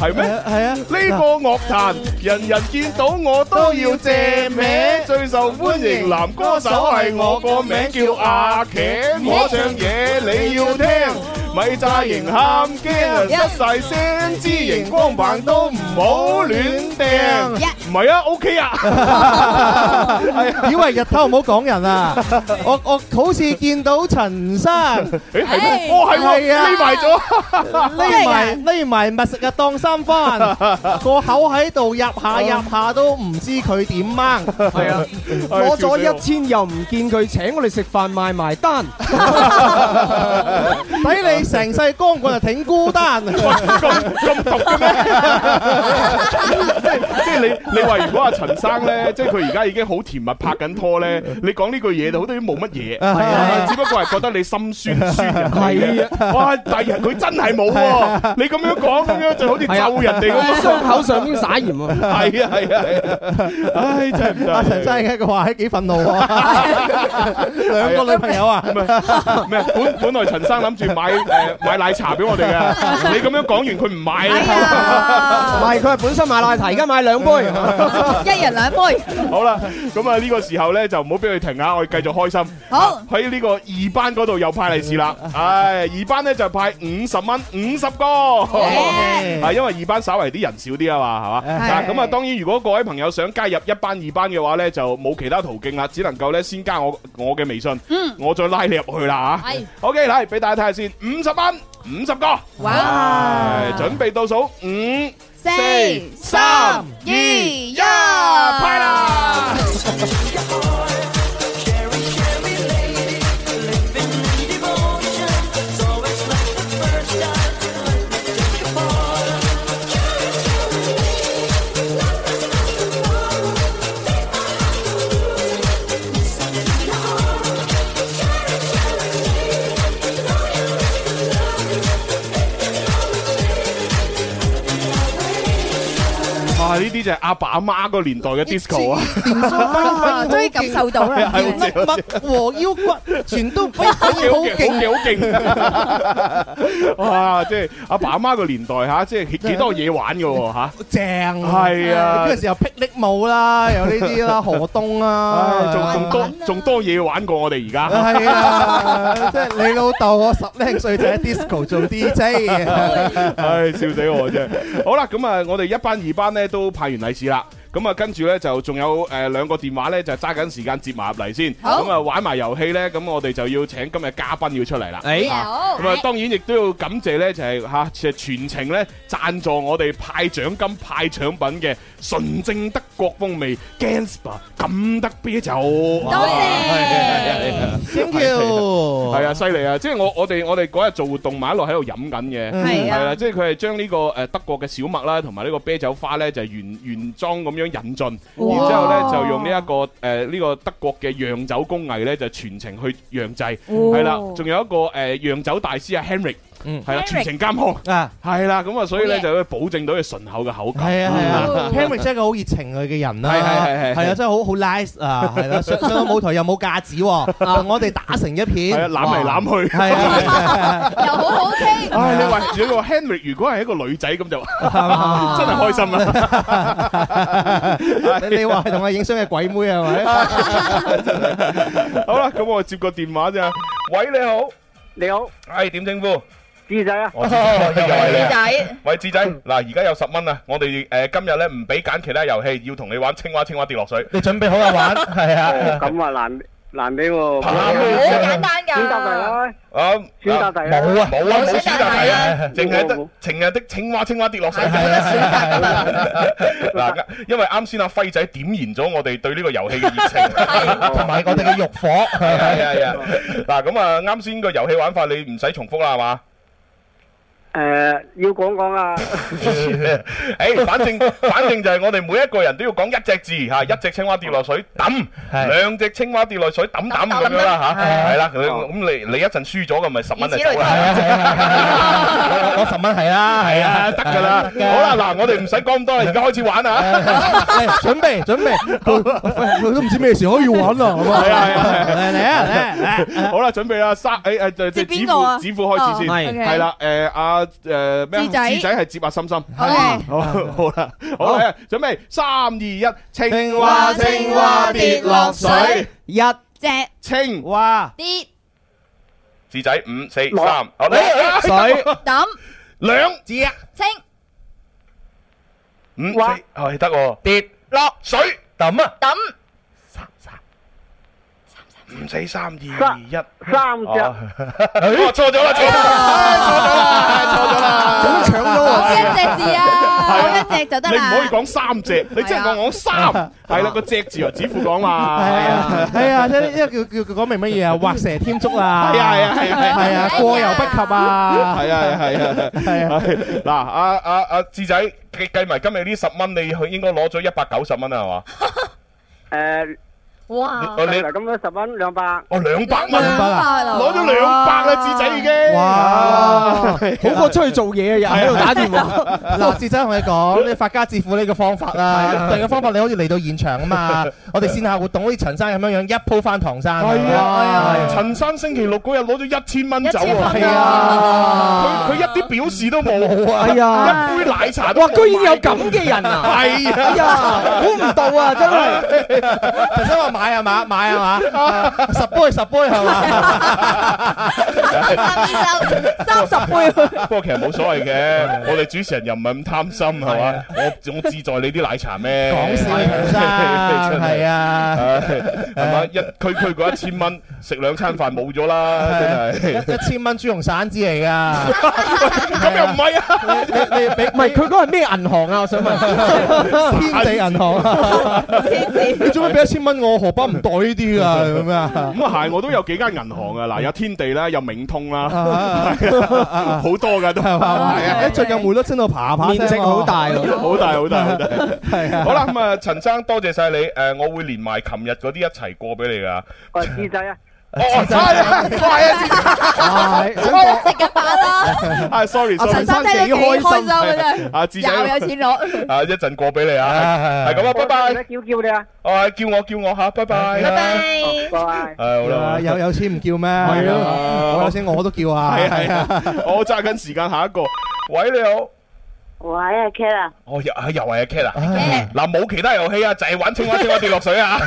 C: 係咩？
F: 係啊，
C: 呢個樂壇，人人見到我都要借名。最受歡迎男歌手係我，個名叫阿茄。我唱嘢你要聽，咪炸型喊驚，啊失晒聲，支熒光棒都唔好亂掟。唔係啊，OK 啊。
F: 以為日頭唔好講人啊！我我好似見到陳 生，
C: 誒係咩
F: 係
C: 哦係喎
F: 係啊
C: 匿埋咗，
F: 匿埋匿埋密食啊當三番，個口喺度入下入下都唔知佢點掹。
G: 係啊，攞咗一千又唔見佢請我哋食飯賣埋單，
F: 睇你成世光棍啊，挺孤 單。
C: 即係你你話如果阿陳生咧，即係佢而家已經好甜蜜拍緊拖咧，你講呢句嘢就好多啲冇乜嘢，
F: 啊
C: 只不過係覺得你心酸酸人哋
G: 係
C: 嘅。哇！第日佢真係冇喎，你咁樣講咁樣就好似咒人哋咁
G: 啊傷
C: 樣。
G: 口上邊撒鹽啊！
C: 係啊係啊係啊！唉，真係唔
F: 阿
C: 得
F: 陳。生而家佢話幾憤 怒啊！兩個女朋友啊！
C: 唔係，唔係本本來陳生諗住買誒買奶茶俾我哋嘅，你咁樣講完佢唔買。
G: 唔係佢係本身買奶茶，而家買兩杯。
C: 好啦，咁啊呢個時候咧就唔好俾佢停啊，我哋繼續開心。
H: 好
C: 喺呢個二班嗰度又派利是啦，唉，二班咧就派五十蚊五十個，係因為二班稍為啲人少啲啊嘛，係嘛？嗱咁啊，當然如果各位朋友想加入一班二班嘅話咧，就冇其他途徑啦，只能夠咧先加我我嘅微信，我再拉你入去啦嚇。
H: 係
C: OK，嚟俾大家睇下先，五十蚊五十個，唉準備倒數五
H: 四
C: 三二一，派啦！哇！呢啲就係阿爸阿媽嗰年代嘅 disco 啊！
J: 終於感受到啦。
C: 係好
F: 乜
C: 正好正
F: 乜和腰骨全都比好
C: 好勁，好
F: 勁。
C: 勁，好勁！哇！即係阿爸阿媽個年代嚇，即係幾幾多嘢玩嘅喎嚇。
F: 正
C: 係啊
F: 嗰陣時有霹靂 舞啦，有呢啲啦，河東
C: 唉仲
F: 啦，
C: 仲多仲多嘢玩過我哋而家。
F: 啊 係啊， 即係你老豆我十零歲就喺 disco 做 DJ，
C: 唉，笑死我真係。好啦，咁啊，我哋一班二班咧都派完利是啦。咁啊，跟住咧就仲有誒兩個電話咧，就揸緊時間接埋入嚟先。咁啊，玩埋遊戲咧，咁我哋就要請今日嘉賓要出嚟啦。
F: 哎
G: 誒，
C: 咁啊，當然亦都要感謝咧，就係嚇其實全程咧贊助我哋派獎金派獎品嘅純正德國風味 Gansbar 錦德啤酒。多 謝，
F: 點叫
C: 係啊，犀利啊！即係我我哋我哋嗰日做活動買落喺度飲緊嘅。
J: 係
C: 係
J: 啊，
C: 啦，即係佢係將呢個誒德國嘅小麥啦，同埋呢個啤酒花咧，就係原原裝咁樣引進，
J: 哇
C: 然之後咧就用呢一個誒呢個德國嘅釀酒工藝咧，就全程去釀製，係啦，仲有一個誒釀酒大師啊 Henry，
F: 嗯
C: 係啦，
H: Henrik
C: 全程監控，
F: 啊！
C: 係啦，咁啊，所以咧
H: 好嘢
C: 就可以保證到佢醇厚嘅口感。
F: 係啊係啊
H: 嗯
F: ，Henry 真係一個好熱情佢嘅人啦，
C: 係係係係
F: 係啊，真係好好 nice 啊，係啦，上上到舞台又冇架 子喎，同我哋打成一
C: 係啊，攬
F: 片，
C: 嚟
F: 去，
C: 攬去。
F: 係啊係啊，
H: 又好好傾，
C: 唉，你話如果話 Henry 如果係一個女仔咁就真係開心啦。
F: 你你話係同我影相嘅鬼妹係咪？
C: 好啦，咁我接個電話咋？喂，你好，
I: 你好，
C: 係點稱呼？
I: 志仔啊，
C: 我知又係你啊
J: 仔，
C: 喂，智仔，嗱，而家有十蚊啊！我哋誒今日咧唔俾揀其他遊戲，要同你玩青蛙青蛙跌落水。
F: 你準備好啦玩，係啊。
I: 咁啊難難啲喎，選答題啦，
C: 啊，
I: 選答題啦，
F: 冇啊
C: 冇啊，冇選擇題啊，淨係
I: 冇
C: 得
I: 冇
C: 情人的青蛙青蛙跌落水。
J: 冇得
C: 嗱，因為啱先阿輝仔點燃咗我哋對呢個遊戲嘅熱情。
F: 同埋我哋嘅欲
C: 係
F: 火，
C: 啊係啊！嗱咁啊，啱先個遊戲玩法你唔使重複啦，係嘛？
I: 誒
L: 要講講啊，
C: 诶，反正反正就係我哋每一個人都要講一隻字吓，一隻青蛙跌落水抌，兩隻青蛙跌落水抌抌咁樣啦吓，係啦，咁咁你你一陣輸咗嘅咪十蚊就走啦，
F: 攞十蚊係啦，
C: 係啊，得㗎啦，好啦，嗱，我哋唔使講咁多啦，而家開始玩啊，
F: 準備準 備，佢都唔知咩時可以玩啦，係嘛？
C: 係啊係啊
F: 嚟啊嚟啊！
C: 好啦，準備啦，三誒誒就就
F: 接
C: 指
F: 邊個啊
C: 父指父開始
F: 哦
C: 先，
F: 係
C: 係啦，誒阿誒咩
F: 智仔
C: 啊？智仔係接阿心心。
F: OK
C: 好好啦，好啦，準備三二一，青
F: 蛙青蛙跌落水，
C: 一隻青蛙
H: 跌
C: 智仔五四三，好哎啦，
H: 水抌
C: 兩
H: 只清
C: 五四係得喎，跌落水抌啊！
H: 抌
C: 五四三二一，
L: 三隻
C: 哦 錯咗啦，錯咗啦，錯咗啦，哎錯咗啦，咁搶咗啊
H: 我一隻字啊，我一隻就得
C: 你唔可
H: 啦啊
C: 以。講三隻，你即係講講三，係啦個隻字由子父講嘛，係啊，
F: 係啊，即係因為佢佢佢講明乜嘢 啊？畫蛇添足啊！
C: 係啊係啊係啊
F: 係啊，過猶不及啊！
C: 係啊係啊係啊，嗱阿阿阿志仔計計埋今日呢十蚊，你去應該攞咗一百九十蚊啊，係嘛？
L: 誒，
H: 哇
C: 哦你
L: 咁樣十蚊兩百，
C: 哦兩百蚊，
L: 兩百啊
C: 攞咗兩百啦，志仔已經。啊
F: 哇！
G: 好過出去做嘢啊，人喺度打電 話。
F: 嗱，志仔同你講，你發家致富呢個方法
C: 啊
F: 啦，第二個方法你可以嚟到現場啊 嘛。我哋線下活動好似陳生咁樣樣，一鋪翻唐山。
C: 係啊，
F: 係
C: 陳生星期六嗰日攞咗一千蚊走
F: 1000
C: 啊！
F: 蚊
C: 係
F: 啊
C: 佢
E: à.
C: 佢一啲表示都冇啊！
G: 係啊
C: 一杯奶茶都
G: 哇，居然有咁嘅
E: à.
G: 人啊！
C: 係啊
G: 哎呀，估唔到啊，真係。
F: 陳生話買係啊嘛，買係嘛，啊十杯十杯係嘛。
C: 三十杯。不過其實冇所謂嘅，我哋主持人又唔係咁貪心係嘛？我我志在你啲奶茶咩？
F: 講笑陳
C: 真
F: 生係啊。
C: 唉係嘛？一區區嗰一千蚊食兩餐飯冇咗啦，真係。
F: 一千蚊豬紅散紙嚟㗎，
C: 咁又唔係啊！
F: 你你俾
G: 唔係佢嗰係咩銀行啊？我想問，
F: 天地銀行啊，你做咩俾一千蚊我？荷包唔袋呢啲㗎咁啊？
C: 咁啊係，我都有幾間銀行啊，嗱有天地啦，有永通啦，
F: 啊
C: 係啊 好多㗎都係啊
F: 嘛啊誒最近匯率升到爬爬聲
G: 面
F: 啊
G: 積好大喎
C: 好大好大好大。
F: 係啊
C: 好啦，咁啊，陳生多謝晒你，誒，我會連埋琴日嗰啲一齊過俾你㗎。
L: 喂，智仔啊，
C: 哦，快啊，快啊！
H: 我食嘅飯啦，
C: 啊
H: 阿
C: ，sorry，sorry，
H: 哦陳生聽得幾開心嘅真
C: 啊，智仔，
H: 係，又有錢攞。
C: 啊，一陣過俾你啊，係咁啊，拜拜，
L: 叫叫你啊，
C: 啊，叫我叫我嚇，拜拜，拜拜，
L: 拜 拜。
C: 誒，好啦，
F: 有有錢唔叫咩？
C: 係啊
F: 我有錢我都叫啊！
C: 係啊係啊，我揸緊時間下一個，喂，你好。
M: 喂阿 K 啊，
C: 哦，又啊又係阿 Cat 啊！嗱，冇其他遊戲啊，就係玩青蛙青蛙跌落水啊！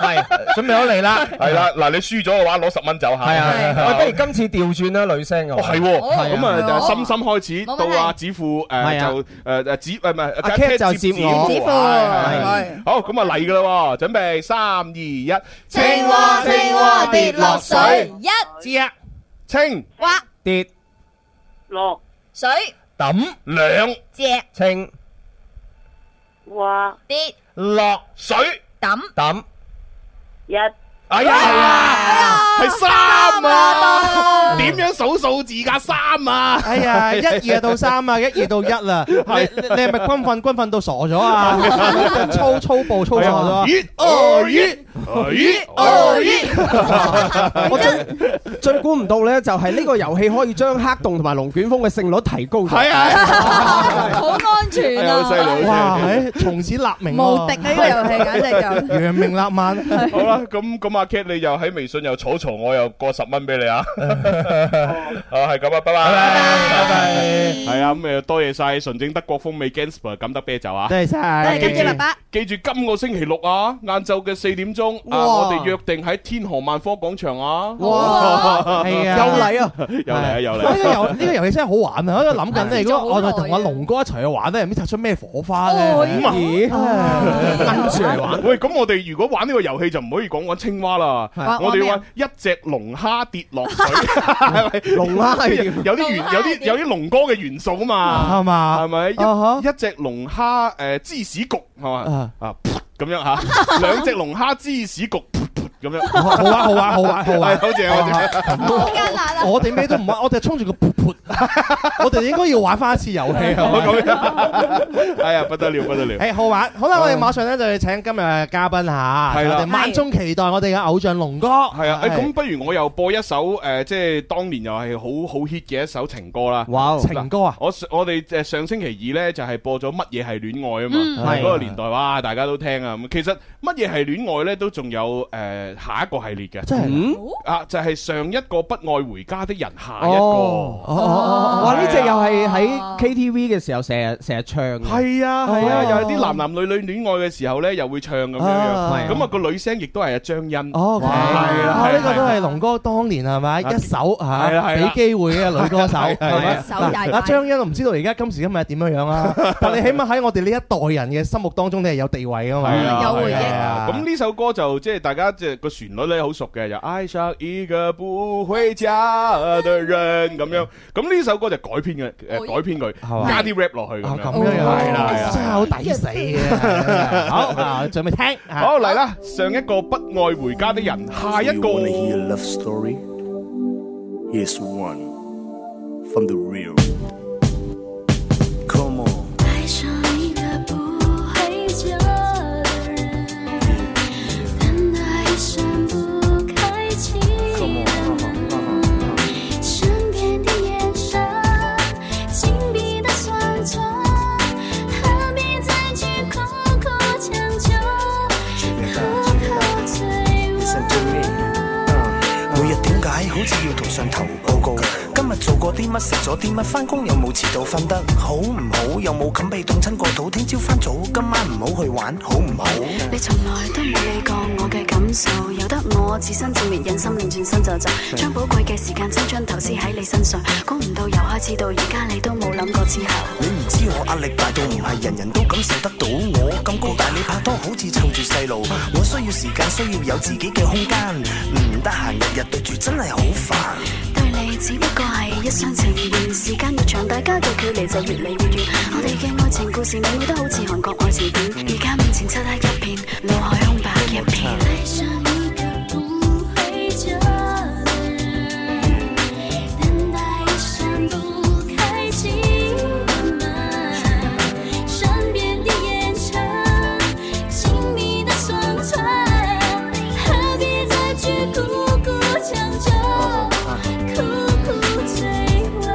C: 係，
F: 準備好嚟啦！
C: 係啦，嗱，你輸咗嘅話攞十蚊走下。
G: 係啊，我不如今次調轉啦，女聲
C: 哦，係喎，咁啊，就
G: 心
C: 深深開始
G: 冇問題
C: 到阿子富誒
G: 係啊
C: 就誒誒子誒唔係
G: 阿 Cat 就接我
C: 子
G: 子
C: 富
G: 富
C: 係係
G: 係
C: 好咁啊嚟噶啦喎，準備三二一，
H: 青蛙青蛙跌落水，一
F: 知啊，
C: 青
H: 蛙
G: 跌
M: 落
H: 水
G: 抌
C: 兩
H: 只
G: 清
M: 哇
H: 跌
G: 落
C: 水
H: 抌
G: 抌，
M: 一
C: 哎呀，係三啊！點樣數數字㗎？三啊！
F: 哎 呀，一二到三啊，一二到一啦，你你係咪軍訓軍訓到傻 咗啊？粗粗暴粗傻咗啊！
C: 哎咦哦咦哦咦哦
H: 哦
C: 咦！
G: 我最最估唔到咧，就係呢個遊戲可以將黑洞同埋龍捲風嘅勝率提高咗。
C: 係啊
H: 好安全
C: 哎呀好犀利好犀
H: 啊！
C: 利
F: 哇！唉，從此立名喎
H: 無敵呢個遊戲簡直
F: 揚名立萬。
C: 好啦，咁咁阿 Cat 你又喺微信又草嘈，我又過十蚊俾你啊！ 好係咁啊，拜拜拜拜，係啊，咁誒多謝晒純正德國風味 Gansper 錦德啤酒啊！
F: 多謝晒
C: 記住
F: 多謝爸爸
C: 記住今個星期六啊，晏晝嘅四點鐘啊，
G: 哇
C: 我哋約定喺天河萬科廣場啊！
F: 哇係啊又嚟啊！
C: 又嚟啊！又
F: 呢個遊
C: 嚟！
F: 呢個遊戲真係好玩啊！我喺度諗緊咧，
H: 係
F: 如果我
H: 做
F: 哋
H: 好耐
F: 同阿龍哥一齊去玩咧，唔知擦出咩火花咧？
H: 哦
F: 咁啊
G: 咦，
F: 啊
G: 跟住嚟玩。
C: 喂，咁我哋如果玩呢個遊戲就唔可以講玩青蛙啦，
H: 係
C: 我
H: 玩
C: 哋
H: 咩
C: 玩
H: 啊
C: 一隻龍蝦跌落水， 係咪？
G: 龍蝦係點
C: 有啲元有啲有啲龍哥嘅元素啊嘛，
F: 係嘛
C: 係咪？
F: 啊哈
C: 一一隻龍蝦誒芝士焗係嘛
F: 啊
C: 啊噗咁樣嚇，兩隻龍蝦芝士焗噗噗咁樣。
F: 好玩好啊玩好玩好 玩，
C: 係好正好正。
F: 好艱難啊！我哋咩都唔玩，我哋衝住個噗噗， 我哋應該要玩翻一次遊
C: 哎
F: 戲啊！
C: 咁樣，哎呀，不得了不得了。
F: 誒好玩，好啦，我哋馬上咧就要請今日嘅嘉賓嚇，
C: 哎係啦
F: 我哋萬眾期待我哋嘅偶像龍哥，
C: 係
F: 係
C: 啊，誒咁不如我又播一首誒、呃即係當年又係好好 hit 嘅一首情歌啦。
F: 哇情歌啊！
C: 我我哋誒上星期二咧就係播咗乜嘢係戀愛啊
F: 嗯
C: 嘛，
F: 係
C: 嗰個年代哇大家都聽啊咁。其實乜嘢係戀愛咧都仲有誒下一個系列嘅，
F: 真係嗯
C: 啊就係上一個不愛回家的人，下一
G: 哦
C: 個
G: 哦哦，哇！呢只又係喺 KTV 嘅時候成日成日唱嘅。
C: 係啊係啊，
G: 哦
C: 又係啲男男女女戀愛嘅時候咧又會唱咁樣
F: 啊
C: 樣，咁啊個女聲亦都係阿張欣，係
F: 哦，
C: 啦
F: 啊
C: 係
F: 呢
C: 啦
F: 個都係龍哥當年係咪一手
C: 係啦
F: 嚇
C: 係啦
F: 俾機會嘅女歌 手
C: 係
F: 係
C: 係
F: 咪
C: 係？
F: 嗱嗱張欣我唔知道而家今時今日點樣樣啦，但你起碼喺我哋呢一代人嘅心目當中，你係有地位噶嘛？
C: 係啊，
F: 係
C: 係
F: 啊
C: 啊咁呢首歌就即係大家即係個旋律咧好熟嘅，就愛上一個不回家的人咁樣。咁呢首歌就改編嘅，誒改編佢，
F: 嘛
C: 加啲 rap 落去咁樣。
F: 咁樣樣
C: 係啦係
F: 真係
C: 啦。
F: 好抵死嘅。好嗱，準備聽。
C: 好嚟啦，上一個不愛回家的人，下一
N: Do
C: 個
N: you wanna hear a love story? Here's one from the real. Come on.
E: 爱上一个不回家的人，但他一生不开启的门，身边的眼神，紧闭的双唇，何必再去苦苦强求，苦苦追问？
N: Uh,
O: 每日點解好似要同上頭報告？今日做過啲乜，食咗啲乜，翻工有冇遲到，瞓得好唔好，有冇冚被凍親個肚，聽朝翻早，今晚唔好去玩，好唔好？
P: 你從來都冇理過我嘅感受，由得我自生自滅，忍心亂轉身就走，將寶貴嘅時間青春投資喺你身上，估唔到由開始到而家你都冇諗過之後。
O: 你唔知我壓力大到唔係人人都感受得到，我咁高大你拍拖好似湊住細路，我需要時間，需要有自己嘅空間，唔得閒日日對住真係好煩。
P: 對你只不過係一廂情願，時間越長，大家嘅距離就越嚟越遠。我哋嘅愛情故事美好得好似韓國愛情片，而家面前漆黑一片，腦海空白一片。
E: 爱上一个不回家的人，等待一扇不开启的门，身边的眼神，亲密的双唇，何必再去苦苦强求，苦苦追问？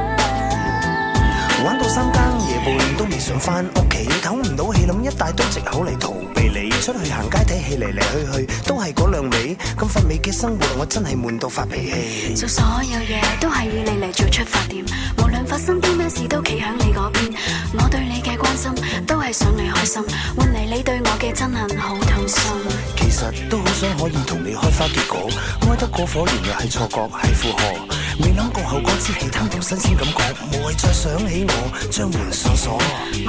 O: 玩到三更夜半都未想翻屋企，唞唔到氣，諗一大堆藉口嚟逃避你。出去行街睇戲嚟嚟去去，都係嗰兩味。咁乏味嘅生活，我真係悶到發脾氣。
P: 做所有嘢都係以你嚟做出發點，無論發生啲咩事都企喺你嗰邊。我對你嘅關心都係想你開心，換嚟你對我嘅憎恨好痛心。
O: 其實都好想可以同你開花結果，愛得過火，原來係錯覺，係負荷。未諗過後果之氣，談到新鮮感覺，無謂再想起我，將門上鎖。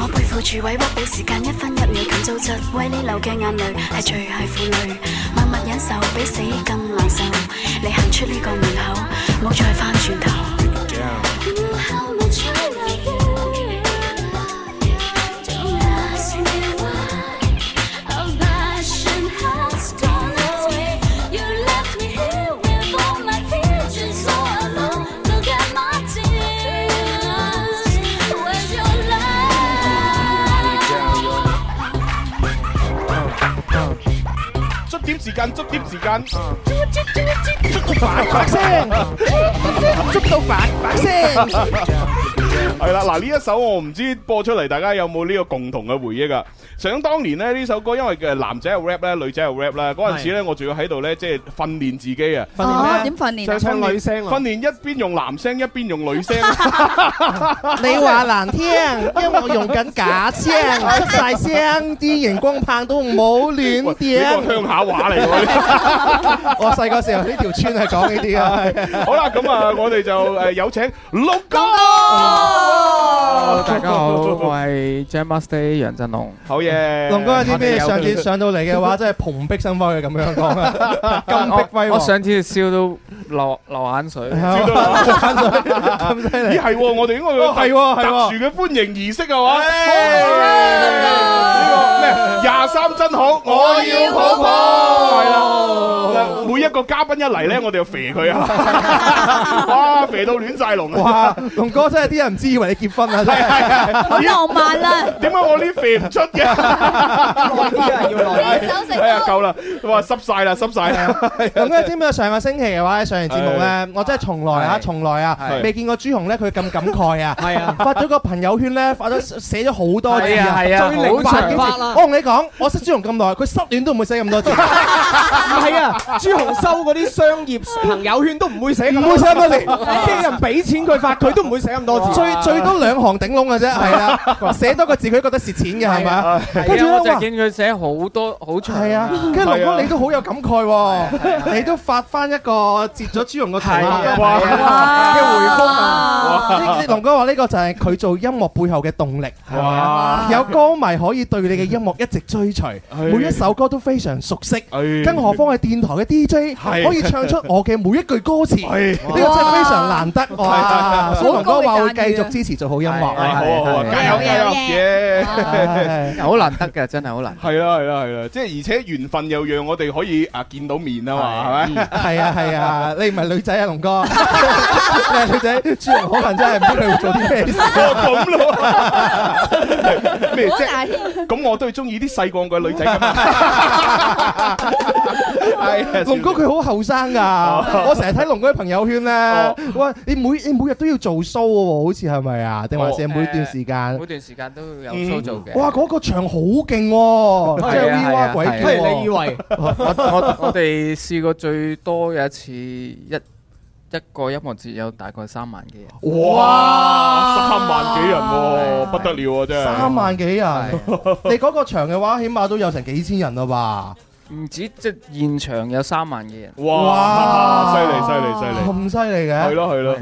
P: 我背負住委屈，俾時間一分一秒咁糟質，為你流嘅眼淚係最係負累，默默忍受比死更難受。你行出呢個門口，冇再翻轉頭。
E: How much I love you. Don't ask me why. Our passion has gone away. You left me here with all my features all alone. Look at my tears. Where's your love?
C: 捽點時間，捽點時間，
E: 捉
C: 反反聲
F: 捉到反反聲。
C: 係啦，嗱呢一首我唔知播出嚟，大家有冇呢個共同嘅回憶啊？想當年咧，呢首歌因為嘅男仔係 rap 咧，女仔係 rap 啦，嗰陣時咧我仲要喺度咧即係訓練自己啊。
Q: 哦，點訓練
C: 就
Q: 啊？
C: 係訓練訓練一邊用男聲一邊用 女聲。
F: 你話難聽，因為我用緊假聲、晒聲，啲熒光棒都冇亂點。
C: 呢個鄉下話嚟 喎呢
F: 我細個時候呢條村係講呢啲啊。
C: 好啦，咁啊，我哋就誒有請六哥。
R: 大家好，我係 Jam Master 楊振龍。
C: 好嘢
F: 龍哥有啲咩上次上到嚟嘅話，真係蓬蓽生輝嘅咁 樣講啊，金碧輝
R: 我
F: 煌。
R: 上次笑到流流眼水，
F: 笑
C: 到
F: 流眼水咁犀利
C: 咦係喎，我哋應該
F: 哦係喎係喎
C: 特殊嘅歡迎儀式係嘛？
F: 哎
C: 呢個咧，廿三真好，
A: 我要抱抱
C: 係啦，嗱每一個嘉賓一嚟咧，我哋就肥佢啊！哇，肥到亂晒龍啊！
F: 龍哥真係啲人唔知以為你結婚啊，真
C: 係
F: 係
C: 好浪漫啊點解我呢肥唔出嘅？係啊，夠啦！哇，濕晒啦，濕晒啦！
F: 咁咧，知唔知上個星期嘅話，上完節目咧，我真係從來啊，從來啊，
G: 係
F: 未見過朱紅咧，佢咁感慨 啊！係啊，發咗個朋友圈咧，發咗寫咗好多字
G: 係啊係啊
F: 最零
G: 好
F: 八
G: 長
F: 幾字
G: 發啦
F: 我同你講，我識朱紅咁耐，佢失戀都唔會寫咁多字。 係
G: 啊，朱紅收嗰啲商業朋友圈都唔會寫咁，
F: 唔會寫咁多字
G: 啲人俾錢佢發，佢都唔會寫咁多字，
F: 最最多兩行頂窿 嘅啫，係啊，寫多個字佢覺得蝕錢嘅係咪啊？跟住
R: 係啊，我
F: 咧
R: 就
F: 哇！
R: 見佢寫好多好長。
F: 係啊，跟住龍哥你都好有感慨喎，你都發翻一個截咗朱容個頭
R: 係啊
F: 嘅
R: 哇
F: 回覆啊！
R: 哇
F: 呢龍哥話呢個就係佢做音樂背後嘅動力，係咪啊有歌迷可以對你嘅音樂一直追隨，每一首歌都非常熟悉，更何況係電台嘅 DJ
G: 係
F: 可以唱出我嘅每一句歌詞，呢個真係
G: 哇
F: 非常難得哇！
G: 係
F: 所以龍哥話會繼續支持做好音樂，
R: 係係係好啊好啊加油加油
C: 耶！
R: 好難得嘅，真係好難。
C: 係啦係啊啦係啦，即係而且緣分又讓我哋可以啊見到面啊嘛，係咪？
F: 係啊係啊，你唔係女仔啊，龍哥，你係女仔，朱紅可能真係唔知佢會做啲咩事。
C: 哦咁咯，咩啫？咁我都係中意啲細個嘅女仔噶嘛。係啊
F: 龍哥佢好後生㗎，我成日睇龍哥嘅朋友圈咧，哇！你每你每日都要做 show 喎，好似係咪啊？定還是係每段時間
R: 每？段時間都有 show 做嘅。
F: 哇！嗰個場好勁喎，
R: 係啊
F: 即係 V
R: 係
F: 哇
R: 啊
F: 鬼叫
R: 係啊
F: 喎。
R: 我我我哋試過最多有一次一一個音樂節有大概三萬幾人。
C: 哇，三萬幾人喎，不得了啊！真係
F: 三萬幾人，你嗰個場嘅話，起碼都有成幾千人啦吧？
R: 唔止即係現場有三萬幾人。
C: 哇，犀利犀利犀利！
F: 咁犀利 嘅，
C: 係咯係咯，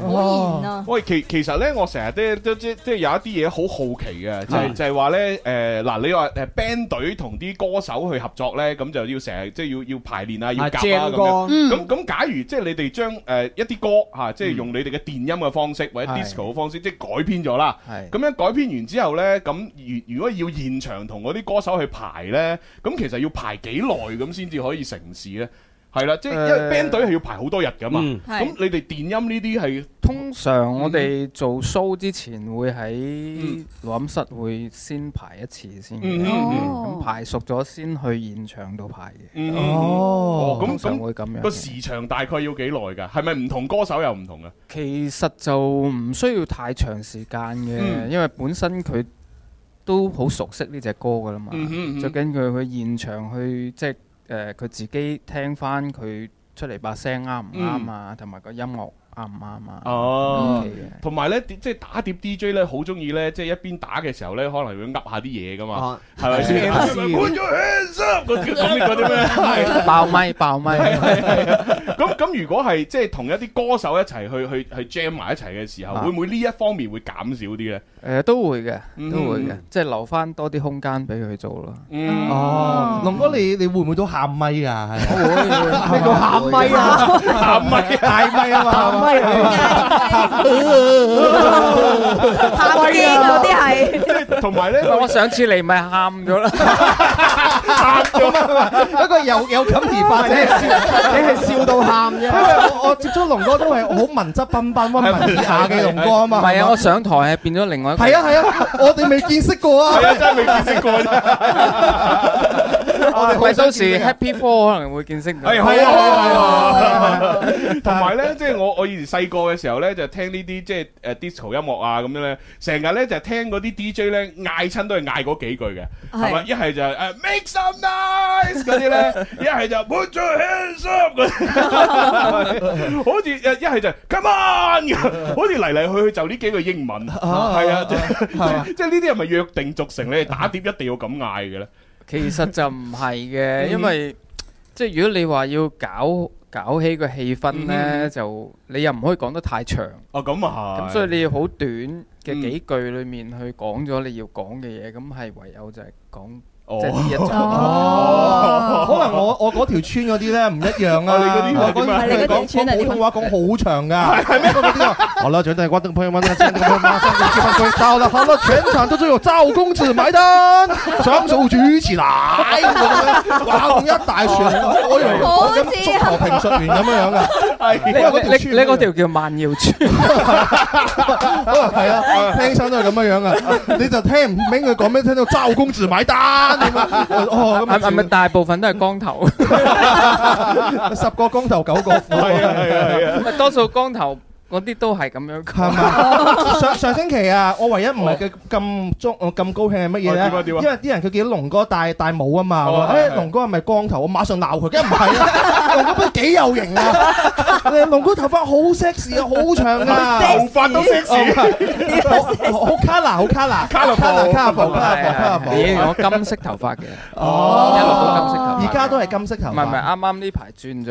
F: 哇
C: 喂，其其實咧，我成日都都即即係有一啲嘢好好奇嘅，
R: 啊
C: 就係就係話咧，誒嗱，你話誒 band 隊同啲歌手去合作咧，咁就要成日即係要要排練啊，要夾啊
G: 正歌
C: 咁
G: 嗯
C: 樣。咁咁，假如即係你哋將誒一啲歌嚇，即係用你哋嘅電音嘅方式或者
G: 係
C: disco 嘅方式，即係改編咗啦。
R: 嗯係
C: 咁樣改編完之後咧，咁如如果要現場同嗰啲歌手去排咧，咁其實要排幾耐咁先至可以成事咧？係啦，即係因為
R: 誒
C: band 隊係要排好多日噶嘛。
R: 嗯
C: 咁你哋電音呢啲係
R: 通常我哋做 show 之前會喺錄音室會先排一次先
C: 嗯
R: 嘅，
C: 嗯嗯
R: 咁排熟咗先去現場度排嘅。
C: 哦，咁
R: 通常會
C: 咁
R: 咁樣
C: 個時長大概要幾耐㗎？係咪唔同歌手又唔同啊？
R: 其實就唔需要太長時間嘅，
C: 嗯
R: 因為本身佢都好熟悉呢只歌噶啦嘛。
C: 嗯哼嗯哼
R: 最緊佢佢現場去即係誒，呃佢、自己聽翻佢出嚟把聲啱唔啱啊，同埋、個音樂啱唔啱啊。
C: 嗯哦
R: OK 嘅，
C: 同埋咧，即係打碟 DJ 咧，好中意咧，即係一邊打嘅時候咧，可能會噏下啲嘢㗎嘛，係咪 先？
R: 咩
C: 哎
R: 事
C: 搬咗 hands up 嗰啲咁嗰啲 咩？係
R: 爆咪爆咪，
C: 咁咁，如果係即係同一啲歌手一齊去去去 jam 埋一齊嘅時候，
R: 啊
C: 會唔會呢一方面會減少啲 咧？
R: 誒都會嘅，
C: 嗯
R: 都會嘅，即係留翻多啲空間俾佢做咯。
C: 嗯
F: 哦，龍哥你你會唔會都喊咪啊㗎？會
G: 你個喊咪啊
C: 喊咪
F: 大咪啊嘛，
G: 喊咪
C: 喊啊
G: 機嗰啲係
C: 係，同埋咧，
R: 我上次嚟咪喊咗 啦，
C: 喊
F: 咗，不過有有感而發啫，
G: 你係笑到喊啫
F: 因為我我接觸龍哥都係好文質彬彬、温文爾雅嘅龍哥啊嘛。
R: 唔係
F: 係
R: 啊，
F: 嘛
R: 我上台係變咗另外一個。
F: 係啊係啊，我哋未見識過啊。
R: 係啊真
C: 係未見識過啫。
R: 我
F: 好
R: 哋
F: 想
R: 到
F: 見
R: 時
F: 識啊
R: Happy Four 可能會見識到。
C: 係好啊好啊好啊好啊！同埋咧，即係我我以前細個嘅時候咧，就聽呢啲即係誒 disco 音樂啊咁樣咧，成日咧就聽嗰啲 DJ 咧嗌親都係嗌嗰幾句嘅，係咪？一係就誒 make some noise 嗰啲咧，一係就 put your hands up 嗰 啲， 好似誒一係就 come on 咁好似嚟嚟去去就呢幾句英文，係啊，即係即係呢啲係咪約定俗成？你哋打碟一定要咁嗌嘅咧？
R: 其實就唔係嘅，
C: 嗯
R: 因為即係如果你話要搞搞起個氣氛
C: 嗯
R: 呢，就你又唔可以講得太長。
C: 哦，咁啊係
R: 咁所以你要好短嘅幾句裏面去講咗你要講嘅嘢，咁係唯有就係講
F: 即
R: 係一集
F: 哦，可能我我嗰條村嗰啲咧唔一樣啊！
R: 你嗰啲
F: 我
R: 係點啊
F: 嗰
R: 係你嗰條
F: 講
R: 村係點啊
F: 講普通話講好長
C: à.
F: 㗎，係咩？嗰啲啊，好了，絕對關燈朋友們，那今天我們馬上就接上歸到了，好了，全場都只有趙公子埋單，雙手舉起來，咁樣哇，咁一 大旋律，我以為我咁足球評述員咁樣樣啊，
R: 你
F: 因為嗰條
R: 你
F: 村
R: 你嗰條叫萬耀村，
F: 係啊，聽起身都係咁樣樣啊，你就聽唔明佢講咩，聽到趙公子埋單咁啊，哦，咁啊
R: 係係咪大部分都係光頭？
F: 十個 光頭九個富，
R: 係啊係啊，多數光頭嗰啲都係咁樣。
F: 係嘛？上上星期啊，我唯一唔係嘅咁中我咁高興係乜嘢
R: 哦點啊
F: 咧？
R: 點啊
F: 因為啲人佢見到龍哥戴戴帽啊嘛，
R: 哦
F: 話
R: 係
F: 誒
R: 係
F: 龍哥係咪光頭？我馬上鬧佢，梗係唔係啦！龍哥不幾有型啊！誒龍哥頭髮好 sexy 啊，好長啊，
C: 頭髮都 sexy
F: 好好 colour 好 colour
C: colourful
F: colour colour
R: 咦，我
F: colour
R: 金色頭髮嘅，
F: 哦
R: 一路都金色頭髮。
F: 而家都係金色頭髮
R: 唔係唔係，啱啱呢排轉
F: 啊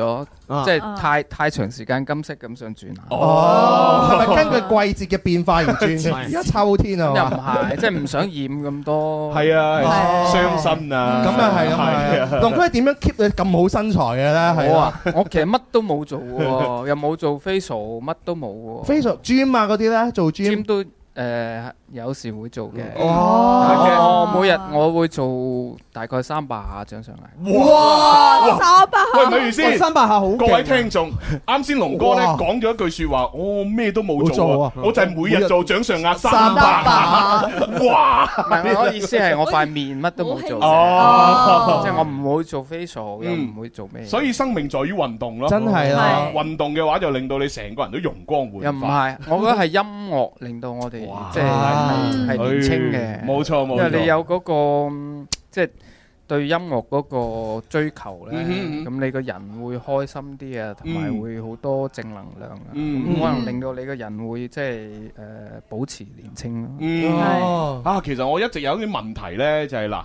R: 咗，即係太太長時間金色咁想轉下。
F: 哦，係咪根據季節嘅變化而轉？而家秋天啊，
R: 又唔係，即係唔想染咁多。
C: 係啊係傷身啊
F: 咁啊係咁啊
R: 係
F: 係，
R: 啊
F: 龍哥係點樣 keep 你咁好身材嘅咧？係
R: 我啊，我其實乜都冇 做喎，又冇做 facial，乜都冇喎。
F: 非常 gym 啊嗰啲咧，做 gym
R: 都誒有時會做嘅。但
F: 哦
R: 係其實我每日我會做大概三百下掌上 壓。
C: 哇
H: 三百下
C: 喂，咪住先，
R: 哇三百下好勁啊
C: 各位聽眾，啱先龍哥咧
R: 哇
C: 講咗一句説話，我咩都冇
R: 冇
C: 做
R: 做
C: 啊
R: 啊，
C: 我就係每日做掌上壓三
R: 三
C: 百
R: 百
C: 下，哇！
R: 唔係，我意思係我塊面乜都冇做嘅，
C: 哦嗯
R: 即係我唔會做 facial，又唔會做咩。
C: 所以生命在於運動咯，
R: 真係啊啦係
C: 運動嘅話就令到你成個人都容光煥發。
R: 又唔係，我覺得係音樂令到我哋即係係係年青嘅，
C: 哎冇錯冇錯
R: 因為你有嗰個嗯即係對音樂嗰個追求咧，
C: 嗯哼嗯
R: 咁你個人會開心啲啊，同
C: 嗯
R: 埋會好多正能量啊，
C: 嗯
R: 咁可
C: 嗯
R: 能令到你個人會即係誒保持年青咯。
C: 嗯，啊，其實我一直有啲問題呢，就係嗱，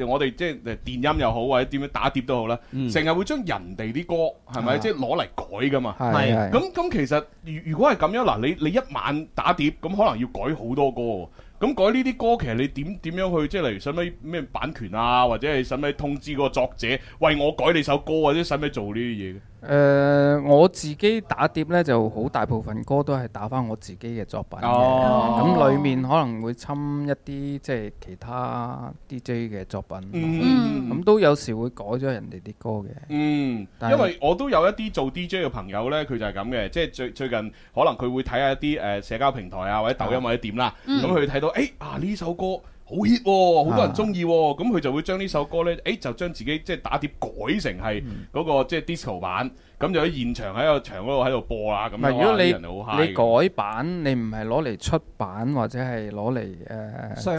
C: 誒，我哋即係電音又好，或者點樣打碟都好啦，成日會將人哋啲歌係
R: 嗯
C: 咪
R: 啊
C: 即係攞嚟改噶嘛？
R: 係係
C: 咁咁其實如如果係咁樣嗱，你你一晚打碟咁，可能要改好多歌喎。咁改呢啲歌，其實你點點樣去即係例如使唔使咩版權啊，或者係使唔使通知個作者為我改你首歌，或者使唔使做呢啲嘢嘅？
R: 誒、呃我自己打碟呢，就好大部分歌都係打翻我自己嘅作品嘅
C: 哦
R: 咁、裡面可能會侵一啲即係其他 DJ 嘅作品，咁、
C: 嗯
R: 都有時會改咗人哋啲歌嘅。
C: 嗯，
R: 但係
C: 因為我都有一啲做 DJ 嘅朋友呢，佢就係咁嘅，即係最最近可能佢會睇下一啲誒、呃社交平台啊，或者抖音
R: 啊
C: 或者點啦，
R: 嗯
C: 咁佢睇到誒、哎啊呢首歌好 hit 喎，好多人中意
R: 嗯
C: 喎，咁佢就會將呢首歌呢，誒、就將自己即係打碟改成係
R: 嗯
C: 嗰、個即係 disco 版，咁就喺現場喺個場嗰度喺度播啦，咁
R: 唔係，
C: 樣
R: 如果
C: 哇啲人就好
R: 你
C: high
R: 你
C: 嘅
R: 改版，你唔係攞嚟出版或者係攞嚟
G: 商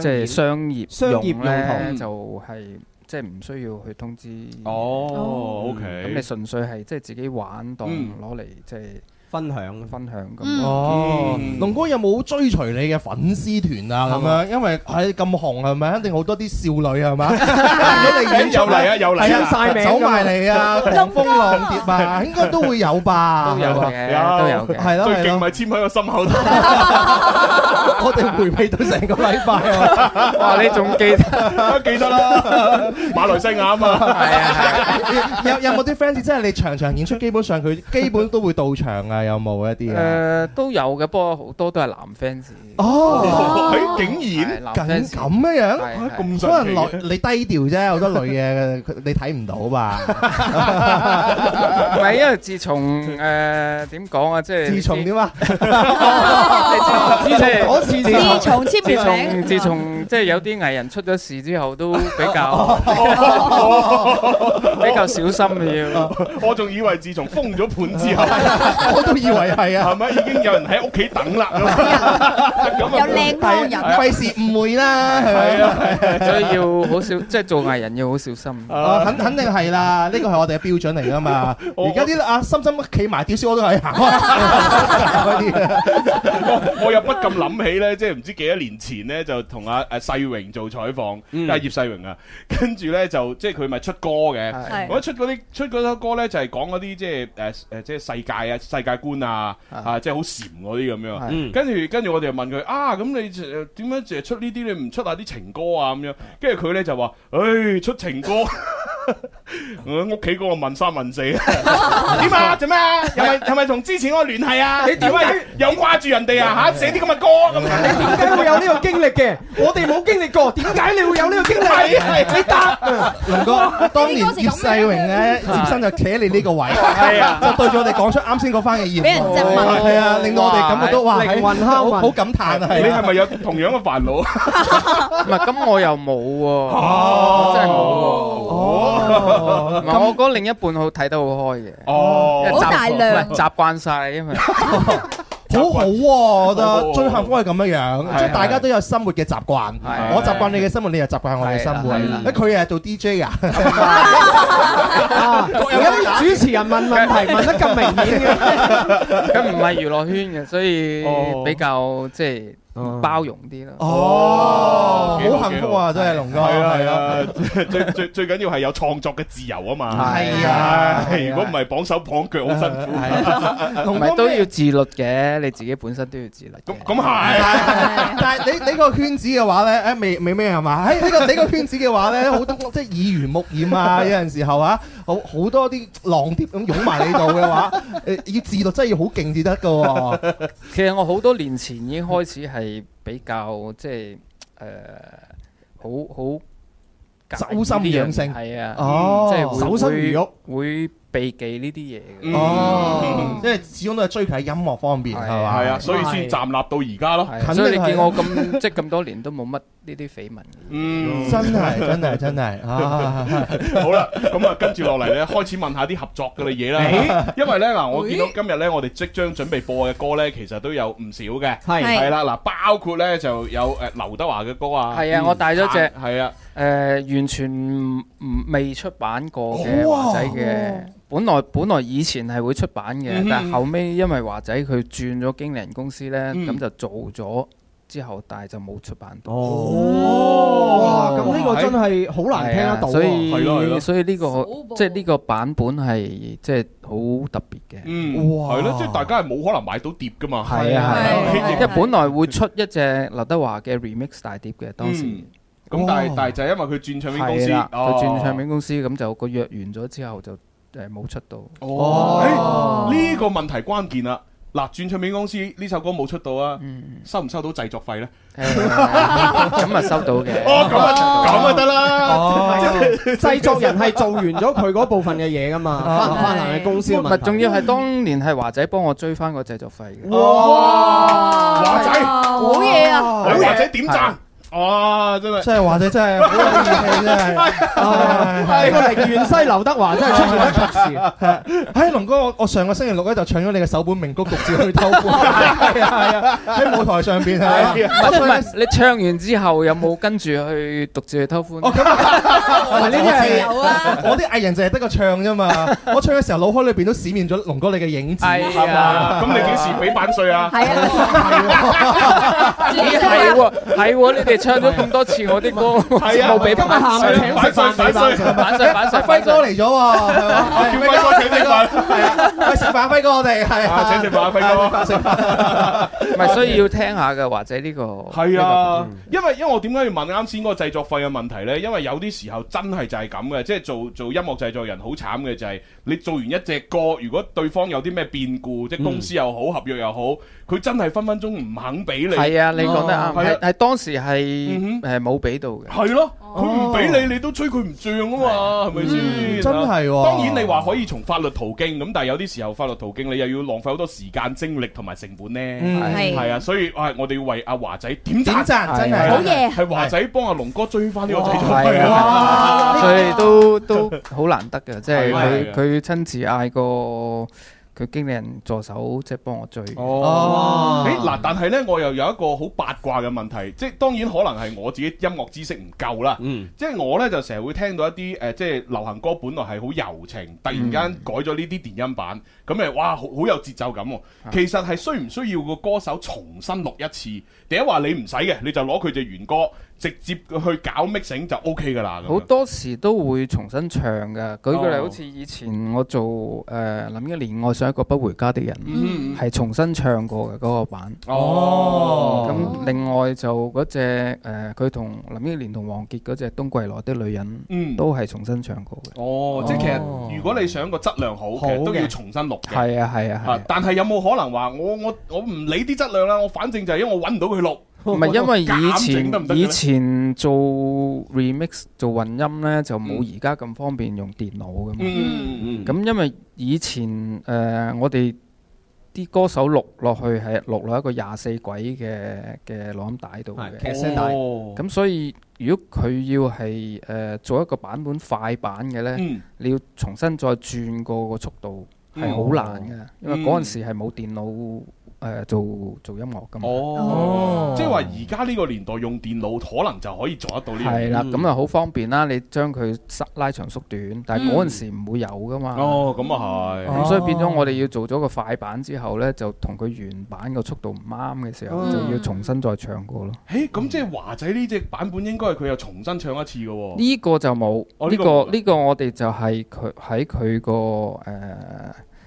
R: 誒，
G: 業
R: 即係商業
G: 商業用途
R: 咧，
G: 嗯
R: 就係即係唔需要去通知。
C: 哦
R: 嗯
C: OK
R: 咁你純粹係即係自己玩當
F: 嗯
R: 攞嚟即係
G: 分享
R: 分享咁。
F: 哦，
C: 嗯
F: 龍哥有冇追隨你嘅粉絲團啊？咁樣，因為係咁紅係咪？肯定好多啲少女係咪？ 如果你演
C: 又嚟啊又嚟啊
F: 係走埋嚟 啊，狂風浪蝶啊，應該都會有吧？
C: 都有嘅，都有嘅，
F: 係咯
C: 最
F: 係
C: 勁
F: 咯，
C: 咪簽喺個心口度。
F: 我哋回味到成個禮拜 啊！
R: 哇！你仲記
C: 得？ 記 得啦，馬來西亞啊嘛。
F: 有有冇啲 fans 真係你場場演出，基本上佢基本都會到場啊？有冇一啲啊？
R: 誒呃都有嘅，不過好多都係男 fans。
F: 哦，
C: 竟
R: 然男
F: 咁
R: fans
F: 咁樣樣，
R: 係咁神奇
F: 可能內你低調啫，好多女嘅佢你睇唔到吧？
R: 唔係因為自從誒點講啊，即係
F: 自從 點啊？
R: 你知即係
F: 自從嗰次自從簽完
R: 自
F: 名
R: 從自從即係有啲藝人出咗事之後，都比較 比較小心要。
C: 我仲以為自從封咗盤之後，
F: 我都以為係啊，
C: 係咪已經有人喺屋企等啦？咁啊
H: 有靚光人
F: 費事誤會啦，係 咪
R: 係？啊，所以要好小，即係做藝人要好小心。
F: 哦，肯肯定係啦，呢個係我哋嘅標準嚟噶嘛。而家啲阿心心企埋屌絲我都係行開。
C: 我我又不禁諗起咧，即係唔知幾多年前咧，就同阿阿世榮做採訪，阿葉世榮啊，跟住咧就即係佢咪出歌嘅
R: 係，
C: 呃我一出嗰啲出嗰首歌咧就係講嗰啲即係誒誒即係世界啊世界官啊，啊，即係好蟬嗰啲咁
K: 係
C: 樣。
K: 嗯
C: 跟住跟住我哋就問佢啊，咁你呃點樣淨係出呢啲？你唔出下啲情歌啊咁樣？跟住佢咧就話：，唉，出情歌。我屋企嗰個問三問四，點啊？做咩啊？係咪係咪同之前嗰個聯繫啊？
G: 你點
C: 係咪
G: 解
C: 又掛住人哋啊？嚇，寫啲咁嘅歌咁樣。
G: 點解會有呢個經歷嘅？我哋冇經歷過，點解你會有呢個經
C: 係
G: 歷？
C: 係
G: 你答。
F: 龍啊哥，當年葉世榮咧接身就企喺你呢個位，
G: 係啊
F: 就對住我哋講出啱先嗰番嘅言，
G: 俾人質問
F: 係啊，令到我哋感覺到哇，
R: 哇
F: 係
R: 靈魂拷問
F: 好好感嘆啊！
C: 你係咪有同樣嘅煩惱？
R: 唔係，咁我又冇
C: 喎，
R: 真係冇喎。唔係我嗰另一半好睇得好開嘅，
C: 哦
R: 因為習慣
F: 好大量
R: 唔係習慣晒，因為
F: 好好喎，我覺
R: 好好
F: 得
R: 喎
F: 最幸福係咁樣樣，
R: 係
F: 即係大家都有生活嘅習慣。
R: 係
F: 我習慣你嘅生活，你又習慣我嘅生活。
R: 係啦係啦
F: 誒佢又係做 DJ 啊，dạ.
G: 有啲主持人問問題問得 咁明顯嘅。
R: 佢唔係娛樂圈嘅，所以比較即係包容啲啦。
F: 哦
C: 幾
F: 好幸福啊真係龍哥
C: 係啊係啊
F: 係，
C: 最最最緊要係有創作嘅自由啊嘛。
R: 係啊
C: 唉如果唔係綁手綁腳好辛苦。
R: 唔係都要自律嘅，你自己本身都要自律嘅。
C: 咁係。
F: 但係你你個圈子嘅話咧，誒未未咩係嘛？喺呢個你個圈子嘅話咧，好多即係耳濡目染啊！有陣時候啊，好好多啲浪蝶咁湧埋你度嘅話， 誒要自律真係要好勁至得㗎喎。
R: 哦其實我好多年前已經開始係比較即係誒，好好介意
F: 修身
R: 呢樣
F: 養性
R: 係啊，
F: 哦
R: 即係會
F: 守身如
R: 會會避忌呢啲嘢嘅。嗯
F: 哦，即係始終都係追求喺音樂方嗯面係嘛？
C: 係啊，所以先站立到而家咯。
F: 肯定
R: 啊所以你
F: 係
R: 見我咁即係咁多年都冇乜呢啲緋聞。
C: 嗯
F: 真係真係真係 啊！
C: 好啦，咁啊，跟住落嚟咧，開始問下啲合作嘅嘢啦。因為咧嗱，我見到今日咧，我哋即將準備播嘅歌咧，其實都有唔少嘅。
R: 係
C: 係啦，嗱，包括咧就有誒劉德華嘅歌啊。
R: 係啊，我帶咗隻
C: 係
R: 誒
C: 啊，
R: 呃完全唔唔未出版過嘅
C: 哦哇
R: 華仔嘅，本來本來以前係會出版嘅
C: 嗯哼，
R: 但後尾因為華仔佢轉咗經理人公司呢，
C: 嗯
R: 咁就做咗之後，但係就冇出版到。
G: 哦，哇！咁呢個真係好難聽得到
R: 係啊
G: 啊。
R: 所以
C: 係咯係咯
R: 所以呢個即係呢個版本係即係好特別嘅。
C: 嗯，
R: 哇
C: 係咯，即係大家係冇可能買到碟噶嘛。
R: 係啊係啊，因 為
C: 亦
R: 本來會出一隻劉德華嘅 remix 大碟嘅，當時
C: 嗯咁但係但係就係因為佢轉唱片公司，
R: 係啦，
C: 哦
R: 佢轉唱片公司咁就個約完咗之後就誒冇出到。
C: 哦，誒呢個問題關鍵啦。嗱，轉唱片公司呢首歌冇出到啊，收唔收到製作費呢？
R: 咁啊收到嘅
C: 哦，咁啊咁啊得
G: 哦
C: 啦，
G: 製作人係做完咗佢嗰部分嘅嘢 噶嘛，翻唔翻嚟嘅公司嘅
R: 啊唔
G: 問
R: 係
G: 題。
R: 仲要係當年係華仔幫我追翻個製作費嘅。
G: 哇
C: 華仔
H: 好嘢啊
C: 好嘢華仔點贊？哇，真係
F: 真係華仔真係好有義 氣真係。
G: 呢個寧願西劉德華真係出現得及時。
F: 唉，龍哥，我我上個星期六咧就唱咗你嘅首本名曲《獨自去偷歡》，
C: Dạ,
F: 係啊係啊， 喺舞台上邊係啊
R: 係啊
F: 我
R: 唔
F: 唱
R: 係你唱完之後有冇跟住去獨自去偷歡？
C: 哦 Dạ,
E: 哦
F: 呢啲係
R: 有
F: 啊我啲藝人就係得個唱啫嘛。我唱嘅時候腦海裏邊都閃現咗龍哥你嘅影子，
R: 係啊
F: 係嘛
C: 咁你幾時俾版稅啊？
H: 係啊，
C: Dạ,
R: 咦係喎係喎，你哋唱咗咁多次我啲歌，
C: 係啊
R: 冇俾
C: 今日
R: 版
C: 下午
R: 稅
C: 請食飯
R: 版稅版稅版稅，
F: 輝哥嚟咗喎，係嘛
C: 我叫輝哥請食飯，
F: 係啊，喂食飯輝哥我哋係
C: 啊請食飯輝哥。
R: 唔係所以要聽下嘅華仔呢個
C: 係啊
R: 呢個，
C: 因為因為我點解要問啱先嗰個製作費嘅問題呢？因為有啲時候真係就係咁嘅，即係做做音樂製作人好慘嘅就係、你做完一隻歌，如果對方有啲咩變故，即係公司又好，合約又好，佢真係分分鐘唔肯俾你。
R: 係啊，你講得啱，
C: 係
R: 係
C: 啊嗯
R: 係當時係誒冇俾到嘅。
C: 係咯，佢唔俾你，你都吹佢唔漲啊嘛，係咪先？
F: 嗯真係喎
C: 當然你話可以從法律途徑咁，但係有啲時候法律途徑你又要浪費好多時間、精力同埋成本
F: 嗯
C: 呢。
F: 係
C: 係啊，所以唉我哋要為阿華仔點
F: 點
C: 贊，
F: 贊真係
C: 係啊
F: 好嘢
C: 係華仔幫阿龍哥追翻呢個製作費
R: 係
C: 啊
R: 啊，！所以都都好難得嘅，即係
C: 係啊
R: 佢
C: 係啊
R: 佢親自嗌個佢經理人助手，即係幫我追。
C: 哦，誒嗱，但係呢，我又有一個好八卦嘅問題，即係當然可能係我自己音樂知識唔夠啦。即係我呢，就成日會聽到一啲誒、呃即係流行歌本來係好柔情，突然間改咗呢啲電音版，咁誒哇，好好有節奏感喎、其實係需唔需要個歌手重新錄一次？第一話你唔使嘅，你就攞佢隻原歌，直接去搞 mixing 就 OK 㗎啦。咁樣
R: 好多時都會重新唱㗎。舉個例，
C: 哦
R: 好似以前我做誒《諗一年愛上上一個不回家的人
C: 嗯》，
R: 係重新唱過嘅嗰個版。
C: 哦
R: 咁另外就嗰只誒，呃佢同林憶蓮同王傑嗰只《冬季來的女人》，
C: 嗯
R: 都係重新唱過嘅。
C: 哦，即係其實如果你想個質量好，其實都要重新錄嘅。
R: 係啊，係啊，係
C: 啊
R: 啊。
C: 但係有冇可能話我我我唔理啲質量啦，我反正就係因為我揾唔到佢錄，
R: 唔 係因為以
C: 夾硬整得唔得
R: 前
C: 嘅咧
R: 以前做 remix 做混音呢，就冇而家咁方便用電腦噶嘛。
C: 嗯
R: 咁因為以前誒、呃我哋啲歌手錄落去係錄落一個廿四軌嘅嘅錄音帶度嘅
G: 劇聲帶哦
R: 咁所以如果佢要係誒、呃做一個版本快版嘅呢，
G: 嗯
R: 你要重新再轉個個速度係
G: 嗯
R: 好難嘅，因為嗰陣
C: 嗯
R: 時係冇電腦誒、呃做做音樂噶嘛。
C: 哦，即係話而家呢個年代用電腦可能就可以做得到呢樣嘢。
R: 係啦，咁啊好方便啦！你將佢塞拉長縮短，但係嗰陣
C: 嗯
R: 時唔會有噶嘛。
C: 哦咁啊係
R: 咁所以變咗我哋要做咗個快版之後呢，就同佢原版個速度唔啱嘅時候，
C: 嗯
R: 就要重新再唱過咯。
C: 誒，咁即係華仔呢只版本應該係佢又重新唱一次嘅喎。
R: 呢個就冇，
C: 哦
R: 呢
C: 呢個
R: 個呢個我哋就係佢喺佢個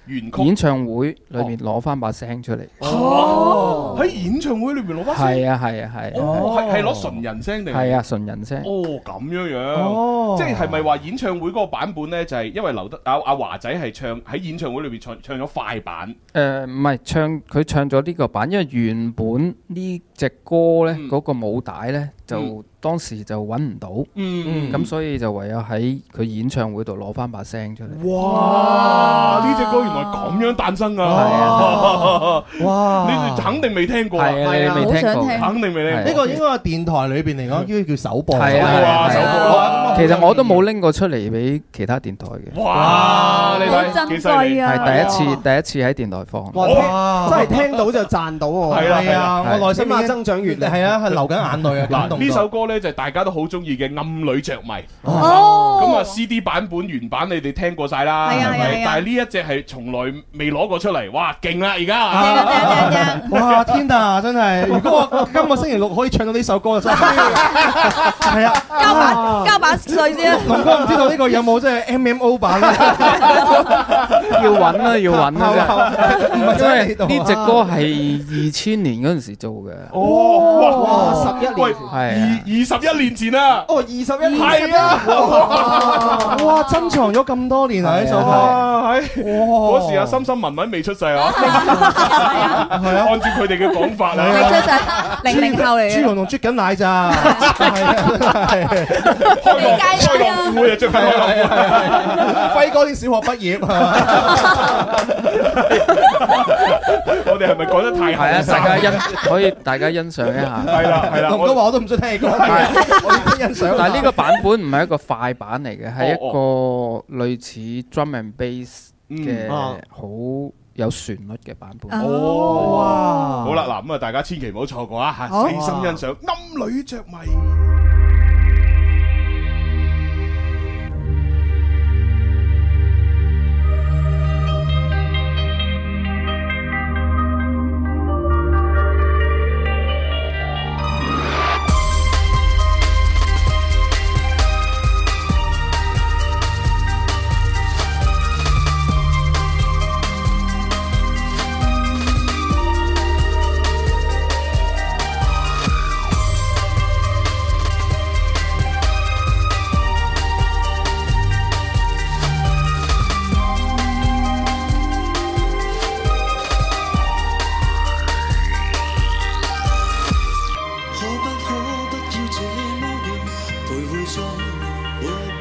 C: 原
R: 誒
C: 曲
R: 演唱會裏面攞翻把聲出嚟。
C: 哦，喺演唱會裏邊攞把聲。
R: 係啊係啊係
C: 哦，
R: 啊。
C: 係係攞純人聲定
R: 係啊純人聲。
C: 哦，咁樣樣，
R: 哦
C: 即係係咪話演唱會嗰個版本呢？就係、因為劉德阿阿華仔係唱喺演唱會裏邊唱唱咗快版，
R: 誒呃唔係唱佢唱咗呢個版，因為原本呢隻歌呢嗰、個舞帶呢，就、
C: 嗯
R: 當時就揾唔到，咁、
C: 嗯
R: 所以就唯有喺佢演唱會度攞翻把聲出嚟。
C: 哇！呢只歌原來咁樣誕生
F: 哦
C: 啊！哇！呢肯定未聽過啊，
R: 係啊你未聽過好想聽
C: 肯定未聽過。
F: 呢個應該係電台裏邊嚟講，應該叫首播。
R: 係啊係啊係啊
F: 哇咁啊
R: 其實我都冇拎過出嚟俾其他電台嘅。
C: 哇！
G: 你睇好珍幾犀利貴啊
R: 係第一次第一次喺電台放。
G: 哇！真係聽到就賺到喎。
C: 係啦係啦係
G: 我內心啊增長閱歷。
F: 係啊係流緊眼淚啊
C: 嗱，
F: 感動到
C: 呢首歌呢，就係大家都好中意嘅《暗女着迷》。
F: 哦
C: 咁啊，CD 版本原版你哋聽過晒啦，係
F: 係啊係啊係
C: 咪？
F: 啊
C: 但係呢一隻係從來未攞過出嚟，哇！勁啦而家。
F: 啊哇！天啊，真係！如果我今個星期六可以唱到呢首歌，就真係係啊！
S: 交把交把税先。
F: 龍哥唔知道呢個有冇即係 M M O 版咧？
R: 要揾啦，要揾啦，真
F: 係真係
R: 係
F: 呢度
R: 因
F: 啊
R: 為呢隻歌係二千年嗰陣時做嘅。
C: 哦，
G: 哇！十一
C: 喂，
G: 年。
R: 係啊。
C: 二十一年前啊！
G: 哦，二十一年前
C: 係啊！
F: 哇！珍藏咗咁多年啊！呢首歌
C: 哇！喺嗰時啊，深深文文未出世啊，係啊，按照佢哋嘅講法啊，
F: 未出世
S: 零零後嚟嘅
F: 朱紅仲啜緊奶咋？
C: 開落開落褲啊，着翻開落褲。
F: 輝哥啲小學畢業，
C: 我哋係咪講得太
R: 係啊，
C: 後生
R: 大家欣可以大家欣賞一下。
C: 係啦係啦
F: 龍
C: 我
F: 哥話我都唔想聽你講，我欣賞。
C: Dạ,
R: 但係呢個版本唔係一個快版嚟嘅，係一
C: 哦
R: 個類似 drum and bass 嘅
C: 嗯啊
R: 好有旋律嘅版本。
C: 哦，哇！好啦，嗱咁啊，大家千祈唔好錯過啊，嚇
R: 好
C: 細心欣賞《暗女着迷》。
E: 可不可不要這麼樣徘徊在目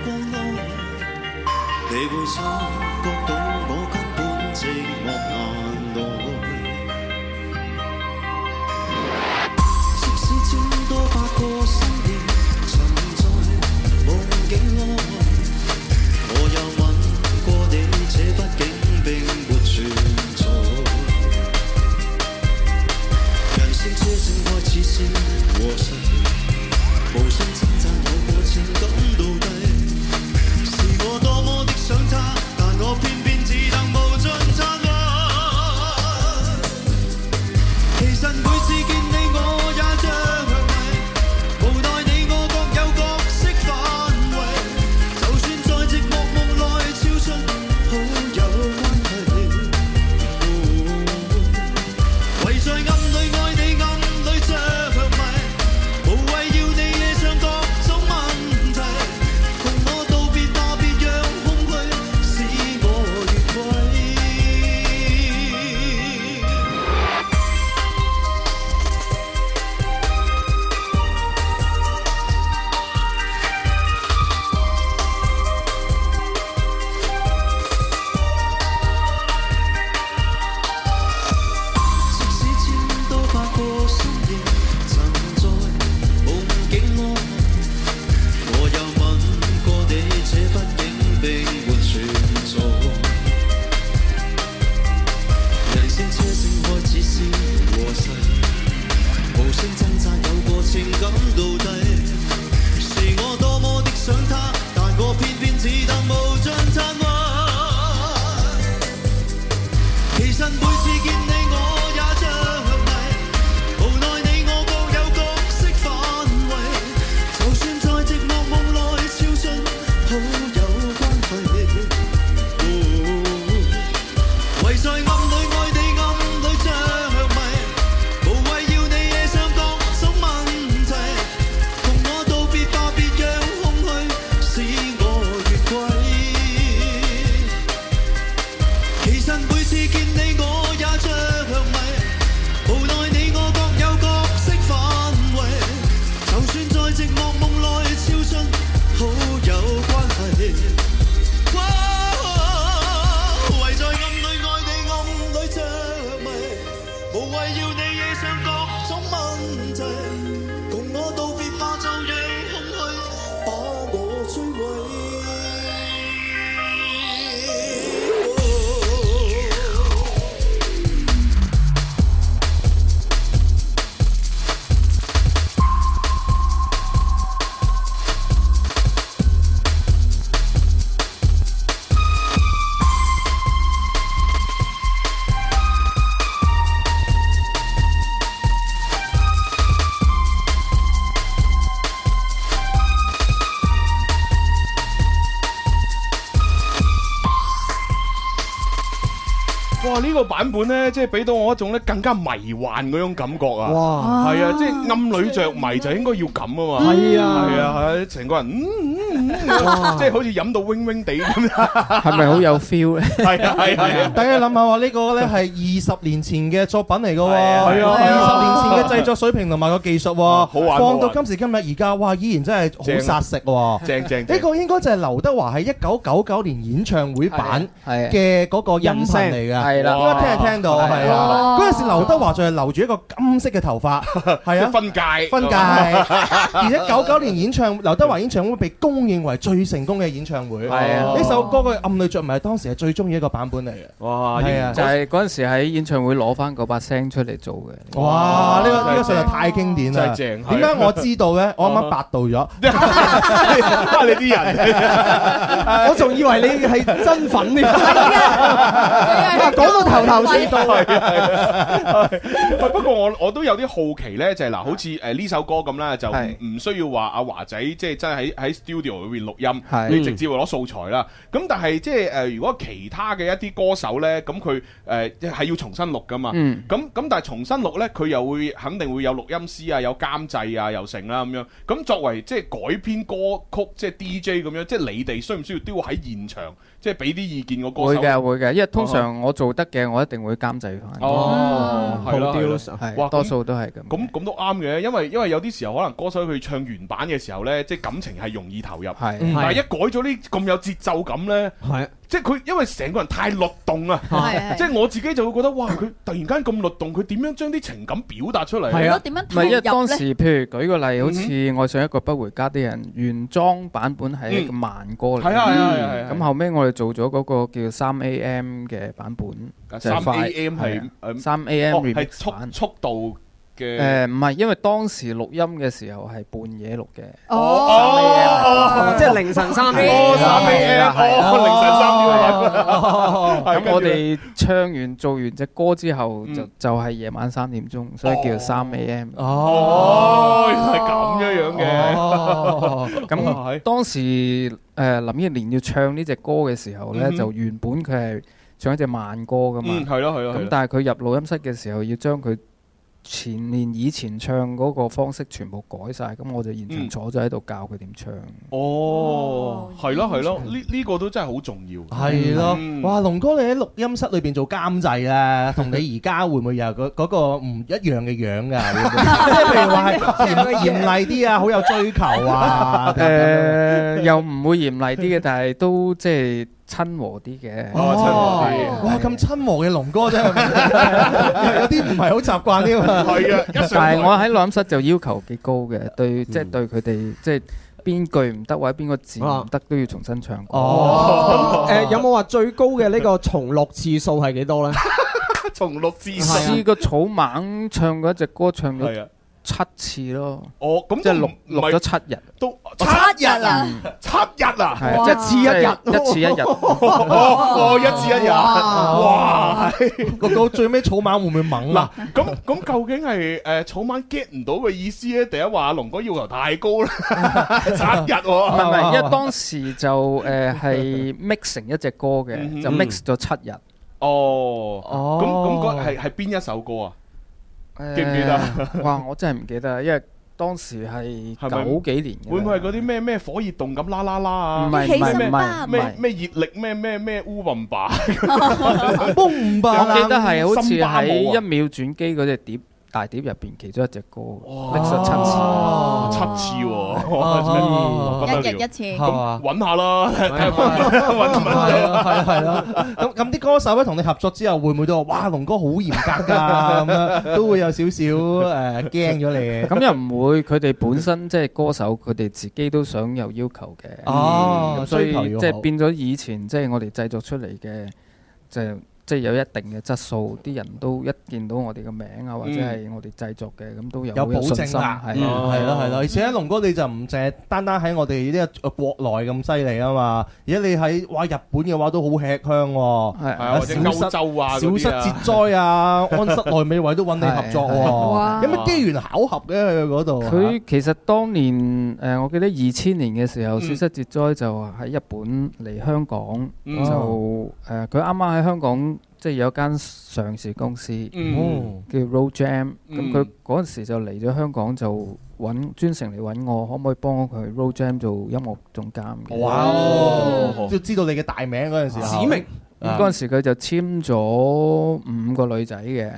E: 光內？你會察覺到我根本寂寞難耐。即使千多百個深夜沉在夢境內，我也吻過你，這畢竟並沒存在。人聲車聲開始先和逝，無聲稱讚有過情感到底，是我多麼的想他，但我
T: 寂寞夢內超生，好友關係。哇唯在暗裏愛你，暗裏着迷，無謂要你惹上各種問題。共我道別吧，就讓空虛把我摧毀。
C: 哇！呢個版本咧，即係俾到我一種咧更加迷幻嗰種感覺啊！
G: 哇
C: 係啊，即係暗裏着迷就應該要咁啊嘛！
G: 係啊
C: 係啊，係啊成個人嗯嗯嗯
F: 哇
C: 嗯，即係好似飲到 wing wing 地咁。
R: 係咪好有 feel 咧？
C: 係啊係啊係啊！
F: 大家諗下喎，呢個咧係二十年前嘅作品嚟嘅喎，
C: 係啊
F: 二十年前嘅製作水平同埋啊個技術喎，
R: 啊
F: 好
C: 玩
F: 放
C: 好
F: 到
C: 玩
F: 今時今日而家，哇，依然真係好殺食喎，
C: 正正正
F: 呢個應該就係劉德華喺一九九九年演唱會版
R: 係啊
F: 嘅嗰個音頻嚟嘅，
R: 係啦
F: 應該聽係聽到，
R: 哇
F: 係啊，
R: 哇
F: 嗰陣時劉德華就係留住一個金色嘅頭髮，係啊，
C: 分界
F: 分界， 而且九九年演唱劉德華演唱會被公認為最成功嘅演唱會，
R: 係啊
F: 呢首歌嘅暗裏着迷係當時係最中意一個版本嚟嘅。
C: 哇
F: 係啊
R: 就係嗰陣時喺演唱會攞翻嗰把聲出嚟做嘅。
F: 哇！呢個呢個實在太經典
R: 真
F: 啦！
R: 係啊正
F: 點解我知道咧？我啱 啱百度咗，
C: 你啲人，
G: 我仲以為你係真粉添。哇，講到頭頭是道。
C: 係啊係啊喂不過我我都有啲好奇咧，就係嗱，好似誒呢首歌咁啦，就
R: 係
C: 唔唔需要話阿華仔即係真係喺喺 studio 裏邊錄
R: 係嗯
C: 音，你直接攞素材啦。咁但係即係誒，如果其他嘅一啲歌手咧，咁佢誒係要重新錄噶嘛。
R: 嗯
C: 咁咁但係重新錄咧，佢又會肯定會有錄音師啊，有監製啊，又成啦咁樣。咁作為即係改編歌曲，即係 DJ 咁樣，即係你哋需唔需要都要喺現場即係俾啲意見個歌
R: 會
C: 手？
R: 嘅會嘅，因為通常我做得嘅，我一定會監製翻。
C: 哦，係啦，係啦
R: 係多數都係咁。
C: 咁咁都啱嘅，因為因為有啲時候可能歌手佢唱原版嘅時候呢，即係感情係容易投入，但
R: 嗯
C: 係一改咗呢咁有節奏感呢，即係佢因為成個人太律動啊
R: 係係，
C: 即係我自己就會覺得哇，佢突然間咁律動，佢點樣將啲情感表達出嚟？
R: 唔係因啊為當時，譬如舉個例，好似我上一個不回家啲人原裝版本係一個慢歌嚟嘅，
C: 嗯係啊係啊係啊係啊
R: 咁後尾我哋做咗嗰個叫三 A.M. 嘅版本，就係
C: 三
R: 快
C: A.M.
R: 啊
C: 係
R: 三 A.M.
C: 哦
R: remix
C: 係速速度嘅
R: 誒唔係，因為當時錄音嘅時候係半夜錄嘅。
G: 哦，即係凌晨三點。
R: 哦三 AM
G: 哦凌晨三
R: 咁我哋唱完做完隻歌之後，
C: 嗯
R: 就就係夜晚三點鐘，所以叫三 A.M.
C: 哦，原來哦係咁樣樣嘅，
R: 咁當時誒林憶蓮要唱呢只歌嘅時候呢，
C: 嗯哼
R: 就原本佢係唱一隻慢歌噶嘛，
C: 嗯係咯係咯係咯
R: 咁但係佢入錄音室嘅時候，要將佢前年以前唱嗰個方式全部改晒，咁我就現場
C: 嗯
R: 坐咗喺度教佢點唱。
C: 哦，係咯係咯，呢呢個都真係好重要，
F: 係咯
C: 嗯，
F: 哇！龍哥你喺錄音室裏邊做監製咧，同你而家會唔會有嗰嗰個唔一樣嘅樣㗎？會唔會即係譬如話係嚴嚴厲啲啊，好有追求 啊，
R: 誒、又唔會嚴厲啲嘅，但係都即係親和啲嘅。
F: 哦
R: 係啊，
F: 哇！咁親和嘅龍哥真係有啲唔係好習慣添 啊。
R: 但係我喺錄音室就要求幾高嘅，
G: 嗯
R: 對，即係對佢哋即係邊句唔得或者邊個字唔得都要重新唱過。
G: 哦，誒有冇話最高嘅呢個重錄次數係幾多咧？
C: 重錄字
R: 試過草蜢唱嗰隻歌唱
C: 係啊
R: 咗七次咯。
C: 哦，咁
R: 即係錄錄咗七日，
C: 都七日啊，七日啊，
R: 係啊即係一次一日。
C: 哦，哦一次一日，哇！
F: 個到最尾草蜢會唔會猛啊
C: 嗱，咁咁究竟係誒草蜢 get 唔到嘅意思咧？第一話龍哥要求太 高啦，七日喎，
R: 唔係唔係，因
C: 哦
R: 為當時就誒 係 mix 成一隻歌
C: 嗯
R: 嘅，就 mix 咗七日。
C: 哦，咁咁嗰係係邊一首歌啊？記唔記得啊
R: 誒呃哇！我真係唔記得，因為當時係
C: 係咪
R: 九幾年嘅。
C: 會唔會係嗰啲咩咩火熱動感啦啦啦啊？
R: 唔係唔係唔係唔係
C: 咩咩熱力咩咩咩烏 雲吧？
F: 崩吧
R: 我記得係好似
C: 森巴舞
R: 喺
C: 啊
R: 一秒轉機嗰隻碟大碟入邊其中一隻歌，
C: 哇
R: 歷實親切。
C: 哦七次
R: 哦
C: 喎，
H: 一日一次
C: 咁揾下啦，睇下
F: 係啊，係啊，係啊。咁咁啲歌手咧同你合作之後，會唔會都話哇龍哥好嚴格㗎咁樣，都會有少少誒驚咗你。
R: 咁又唔會，佢哋本身即係歌手，佢哋自己都想有要求嘅。嗯
F: 哦
R: 咁所以
F: 需求要好
R: 即係變咗以前，即係我哋製作出嚟嘅，就即係有一定嘅質素，啲人都一見到我哋嘅名啊，或者係我哋製作嘅，咁都有
F: 嗯有
R: 好
F: 保
R: 信
F: 證
R: 心，
F: 啦，
R: 係
F: 嗯
R: 啊
F: 係咯係咯，而且龍哥你就唔淨係單單喺我哋呢個國內咁犀利啊嘛，而家你喺哇日本嘅話都好吃香喎，
R: 係
C: 啊或者歐洲啊
F: 小
C: 嗰啲
F: 室
C: 啊
F: 節 災啊、安室奈美惠都揾你合作
R: 哇
F: 喎，有咩機緣巧合咧去嗰度？啊
R: 佢其實當年誒、呃我記得二千年嘅時候，
F: 嗯
R: 小失節災就喺日本嚟香港，
F: 嗯
R: 就誒佢啱啱喺香港即係有間上市公司、
F: 嗯
R: 叫 Road Jam，咁
F: 嗯
R: 佢嗰陣時就嚟咗香港就揾專程嚟揾我，可唔可以幫佢 Road Jam 做音樂總監嘅？
F: 哇！要知道你嘅大名嗰陣時候，
R: 指明
F: 啊
R: 咁嗰陣時佢就簽咗五個女仔嘅。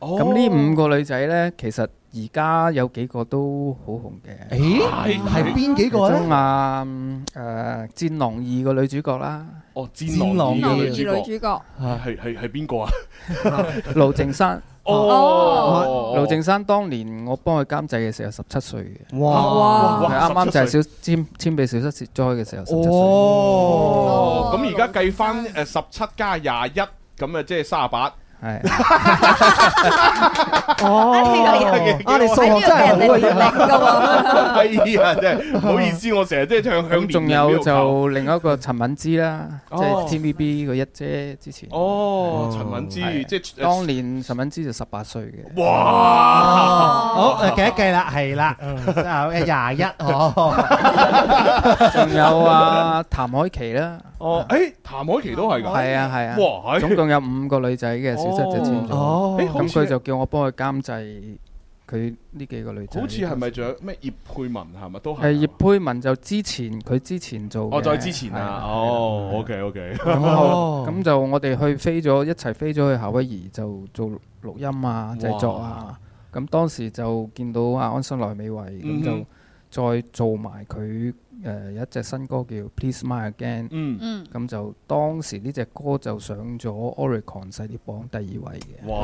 F: 哦
R: 咁呢五個女仔呢，其實而家有幾個都好紅嘅。
F: 咦係邊幾個呢
R: 其中啊，嗯誒《戰狼二》個女主角啦。
C: 哦，
R: 戰
C: 戰
R: 狼
C: 狼
R: 二
C: 二
R: 嘅女
C: 嘅女
R: 主
C: 主
R: 角
C: 角，係係係邊個啊？
R: 盧靜山。
C: 哦
R: 盧靜山當年我幫佢監製嘅時候十七歲嘅。
F: 哇哇
R: 佢啱啱就係
C: 17歲
R: 小簽簽俾小失節災嘅時候十七歲。
C: 哦，咁而家計翻誒十七加廿一，咁啊即係三十八。
G: 哦，啊，你數學真係好啊，
C: 哎呀，真係唔好意思，我成日即係向向
R: 咁仲有就另一個陳敏之啦，即
C: 哦
R: 係 TVB 個一姐之前。
C: 哦，陳敏之
R: 係
C: 即係呃
R: 當年陳敏之就十八歲嘅。
C: 哇！
F: 好誒計一計啦，係啦，嗯誒廿一哦。
R: 仲有啊，譚凱琪啦。啊
C: 哦，誒，譚凱琪都係㗎，
R: 係啊係啊，
C: 哇，係
R: 總共有五個女仔嘅小失就簽咗，
C: 哦誒好
R: 咁
C: 似
R: 佢就叫我幫佢監製佢呢幾個女仔。
C: 好似係咪仲有咩葉佩文係咪都
R: 誒
C: 係？
R: 葉佩文就之前佢之前做嘅，
C: 哦，再之前
R: 係哦
C: 啊，哦，OK OK，
R: 咁
C: 哦
R: 後 咁就我哋去飛咗一齊飛咗去夏威夷就做錄音啊製作啊，咁當時就見到阿安室奈美惠
C: 嗯
R: 咁就再做埋佢誒有一隻新歌叫《Please Smile Again》，
C: 嗯嗯
R: 咁就當時呢只歌就上咗 Oricon 世碟榜第二位嘅。
C: 哇，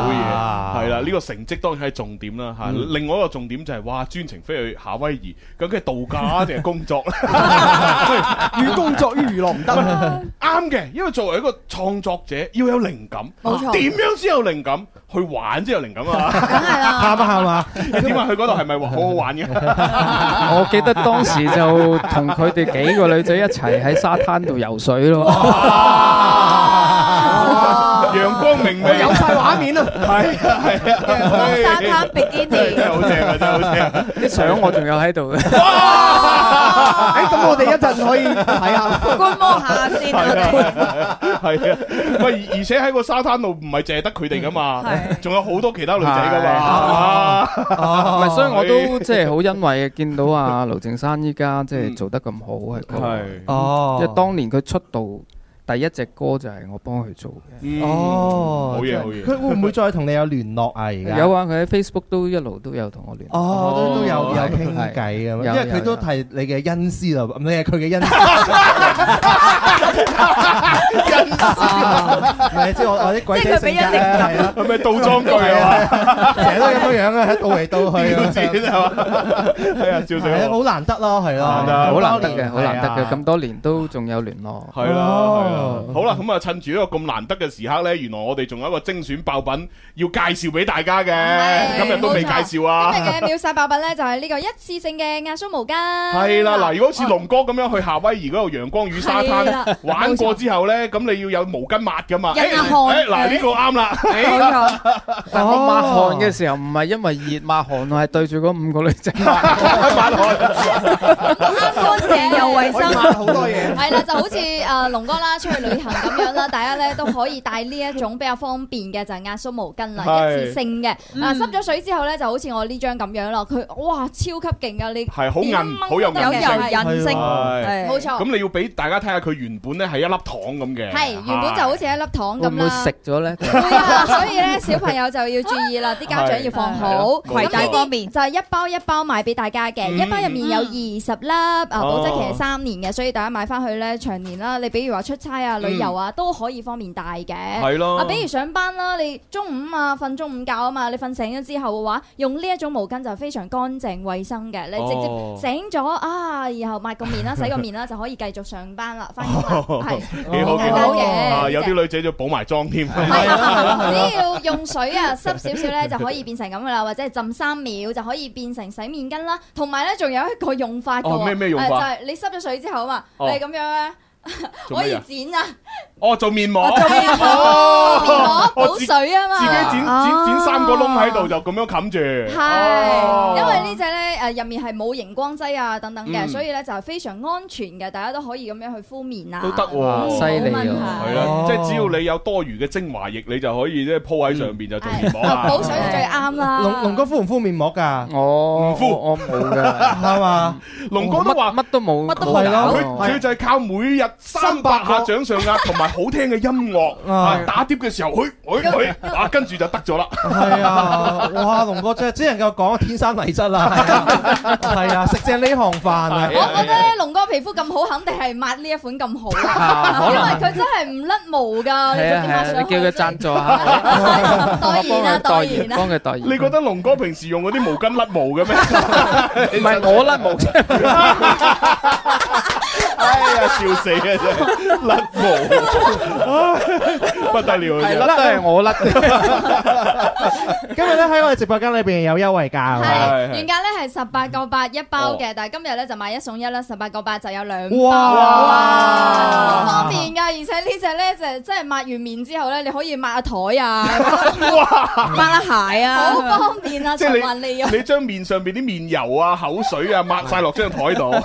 C: 好嘢，係啦，呢個成績當然係重點啦嚇。
R: 嗯
C: 另外一個重點就係哇，專程飛去夏威夷，究竟係度假定係工作咧？
G: 寓工作於娛樂唔得。
C: 啱嘅，因為作為一個創作者，要有靈感。
G: 冇錯
C: 點樣先有靈感？去玩先有靈感啊！梗係
F: 啦，啱啊啱啊！
C: 點啊？去嗰度係咪好好玩 嘅？
R: 我記得當時就同佢哋幾個女仔一齊喺沙灘度游水咯。
C: 陽光明媚，有晒畫面啊！係啊係啊，陽光沙灘 bikini，真係好正啊！真係好正啊！
R: 啲相我仲有喺度嘅。
G: 誒，咁我哋一陣可以睇下，
S: 觀摩下先啊，
C: 係啊，係啊，喂，而而且喺個沙灘度唔係淨係得佢哋噶嘛，仲有好多其他女仔噶嘛，
R: 唔係，所以我都即係好欣慰嘅，見到啊盧靖山依家即係做得咁好喺國內
C: 係
F: 哦
R: 即係當年佢出道第一隻歌就係我幫佢做嘅。
F: 哦，
R: 好嘢好
F: 佢會唔會再同你有聯絡啊？而家
R: 有啊，佢喺 Facebook 都一路都有同我聯絡。
F: 哦，都都有有傾偈
R: 係
F: 咁樣，因
R: 有
F: 為佢
R: 有
F: 都
R: 有
F: 係你嘅恩師啦，你係佢嘅恩師。
E: Ờ.
F: 唔係，即係我我啲鬼仔性格咧，係啦，
C: 係咪倒裝句啊？
F: 成日都咁樣樣啊，喺度嚟到去
C: 屌
F: 啊，
C: 錢係嘛？係啊，照
F: 係啊，
C: 相
F: 好難得咯，係咯，
R: 好難得嘅，好
F: 係啊
R: 難得嘅，咁多年都仲有聯絡。
C: 係啦，係啦，好啦，咁啊，趁住呢個咁難得嘅時刻呢，原來我哋仲有一個精選爆品要介紹俾大家嘅，今日都未介紹啊。
H: 今日嘅秒殺爆品咧就係呢個一次性嘅壓縮毛巾。
C: 係啦，嗱，如果好似龍哥咁樣去夏威夷嗰度陽光與沙
H: 係
C: 灘
H: 啦
C: 玩過之後咧，咁你要有毛巾抹噶嘛？
H: 印下
C: 誒
H: 汗
C: 誒嗱呢個啱啦，
R: 但我抹汗嘅時候唔係因為熱抹汗，我係對住嗰五個女仔抹。
H: 乾淨又衞生，
R: 可以抹好多嘢
H: 呃係啦，就好似誒龍哥啦，出去旅行咁樣啦，大家咧都可以帶呢一種比較方便嘅就係壓縮毛巾啦，
C: 係嗯
H: 一次性嘅。啊，濕咗水之後咧，就好似我呢張咁樣啦，佢哇超級勁噶，你
C: 係好韌，好有韌
H: 有
C: 性係
H: 冇錯
C: 咁你要俾大家睇下佢原本咧係一粒糖咁嘅，
H: 係原本就好似一粒糖咁啦。
C: 咗 咧？
H: 會啊，所以咧小朋友就要注意啦，啲家長要放好。
C: 係啊
H: 咁呢啲就係一包一包賣俾大家嘅，
C: 嗯
H: 一包入面有二十粒，啊保質期
C: 哦
H: 係三年嘅，所以大家買翻去咧長年啦。你比如話出差啊、
C: 嗯
H: 旅遊啊都可以方便帶嘅。
C: 係咯
H: 啊，比如上班啦，你中午啊瞓中午覺啊嘛，你瞓醒咗之後嘅話，用呢一種毛巾就非常乾淨衞生嘅，你
C: 哦
H: 直接醒咗啊，然後抹個面啦、洗個面啦，就可以繼續上班 啦，翻工啦，係。
C: 幾哦好
H: 係
C: 幾
H: 好啊
C: 好
H: 嘅
C: 啊！有啲女仔就補埋妝添，
H: 只要用 水啊濕少少咧，就可以變成咁噶啦，或者係浸三秒就可以變成洗面巾啦。同埋咧，仲有一個用法嘅喎
C: 哦咩咩用法
H: 誒就係你濕咗水之後啊嘛，
C: 哦
H: 你咁樣咧
C: 做
H: 可
C: 乜
H: 以
C: 嘢
H: 剪啊，
C: 哦，做面膜，
H: 哦做面膜
C: 哦
H: 面膜
C: 我
H: 補
C: 自
H: 水啊嘛
C: 自己剪剪剪三個窿喺度就咁樣冚住，哦
H: 係，因為呢
C: 呢
H: 只咧誒入面係冇熒光劑啊等等嘅，
C: 嗯
H: 所以咧就係非常安全嘅，大家都可以咁樣去敷面啊，
C: 都得
H: 冇
C: 喎，
H: 問題
C: 係啊啦，即係啊只要你有多餘嘅精華液，你就可以即係鋪喺上邊就做面膜啦。
H: 補水就最啱啦。
F: 龍龍哥敷唔敷面膜㗎？我唔敷，我冇㗎，係嘛？
C: 龍哥都話
F: 乜都冇，乜
C: 都冇
F: 係
C: 佢
F: 咯，
C: 佢就係靠每日三百下掌上壓同埋好聽嘅音樂啊，打碟嘅時候，佢佢佢啊，跟住就得咗啦。
F: 係啊！哇，龍哥真係只能夠講天生麗 質啦，係啊，食正呢行飯啊！
H: 我覺 得咧，龍哥皮膚咁好，肯定係抹呢一款咁好
F: 啊
H: 啦，
F: 可
H: 因
F: 能
H: 為佢真係唔甩毛㗎，你
R: 係
H: 仲
R: 啊係
H: 點抹
R: 啊，
H: 上
R: 你
H: 去
R: 叫佢贊助下，
H: 代言啊，代言啊，
R: 幫佢代言。
C: 你覺得龍哥平時用嗰啲毛巾甩毛嘅咩？
R: 唔係我甩毛 啫，
C: 哎呀，笑死啊！真係 甩毛，不得了，
F: 係甩都係
R: 我甩。
F: 今日咧喺我哋直播間裏邊有優惠價，
H: 係原價咧係十八個八一包嘅，但係今日咧就買一送一啦，十八個八就有兩包，
F: 哇
H: 好方便㗎！而且呢只咧就真係抹完面之後咧，你可以抹下台啊，抹下鞋啊，好方便啊，
C: 即
H: 循環
C: 係
H: 利
C: 你
H: 用。
C: 你將面上邊啲面油啊、口水啊抹晒落張台度。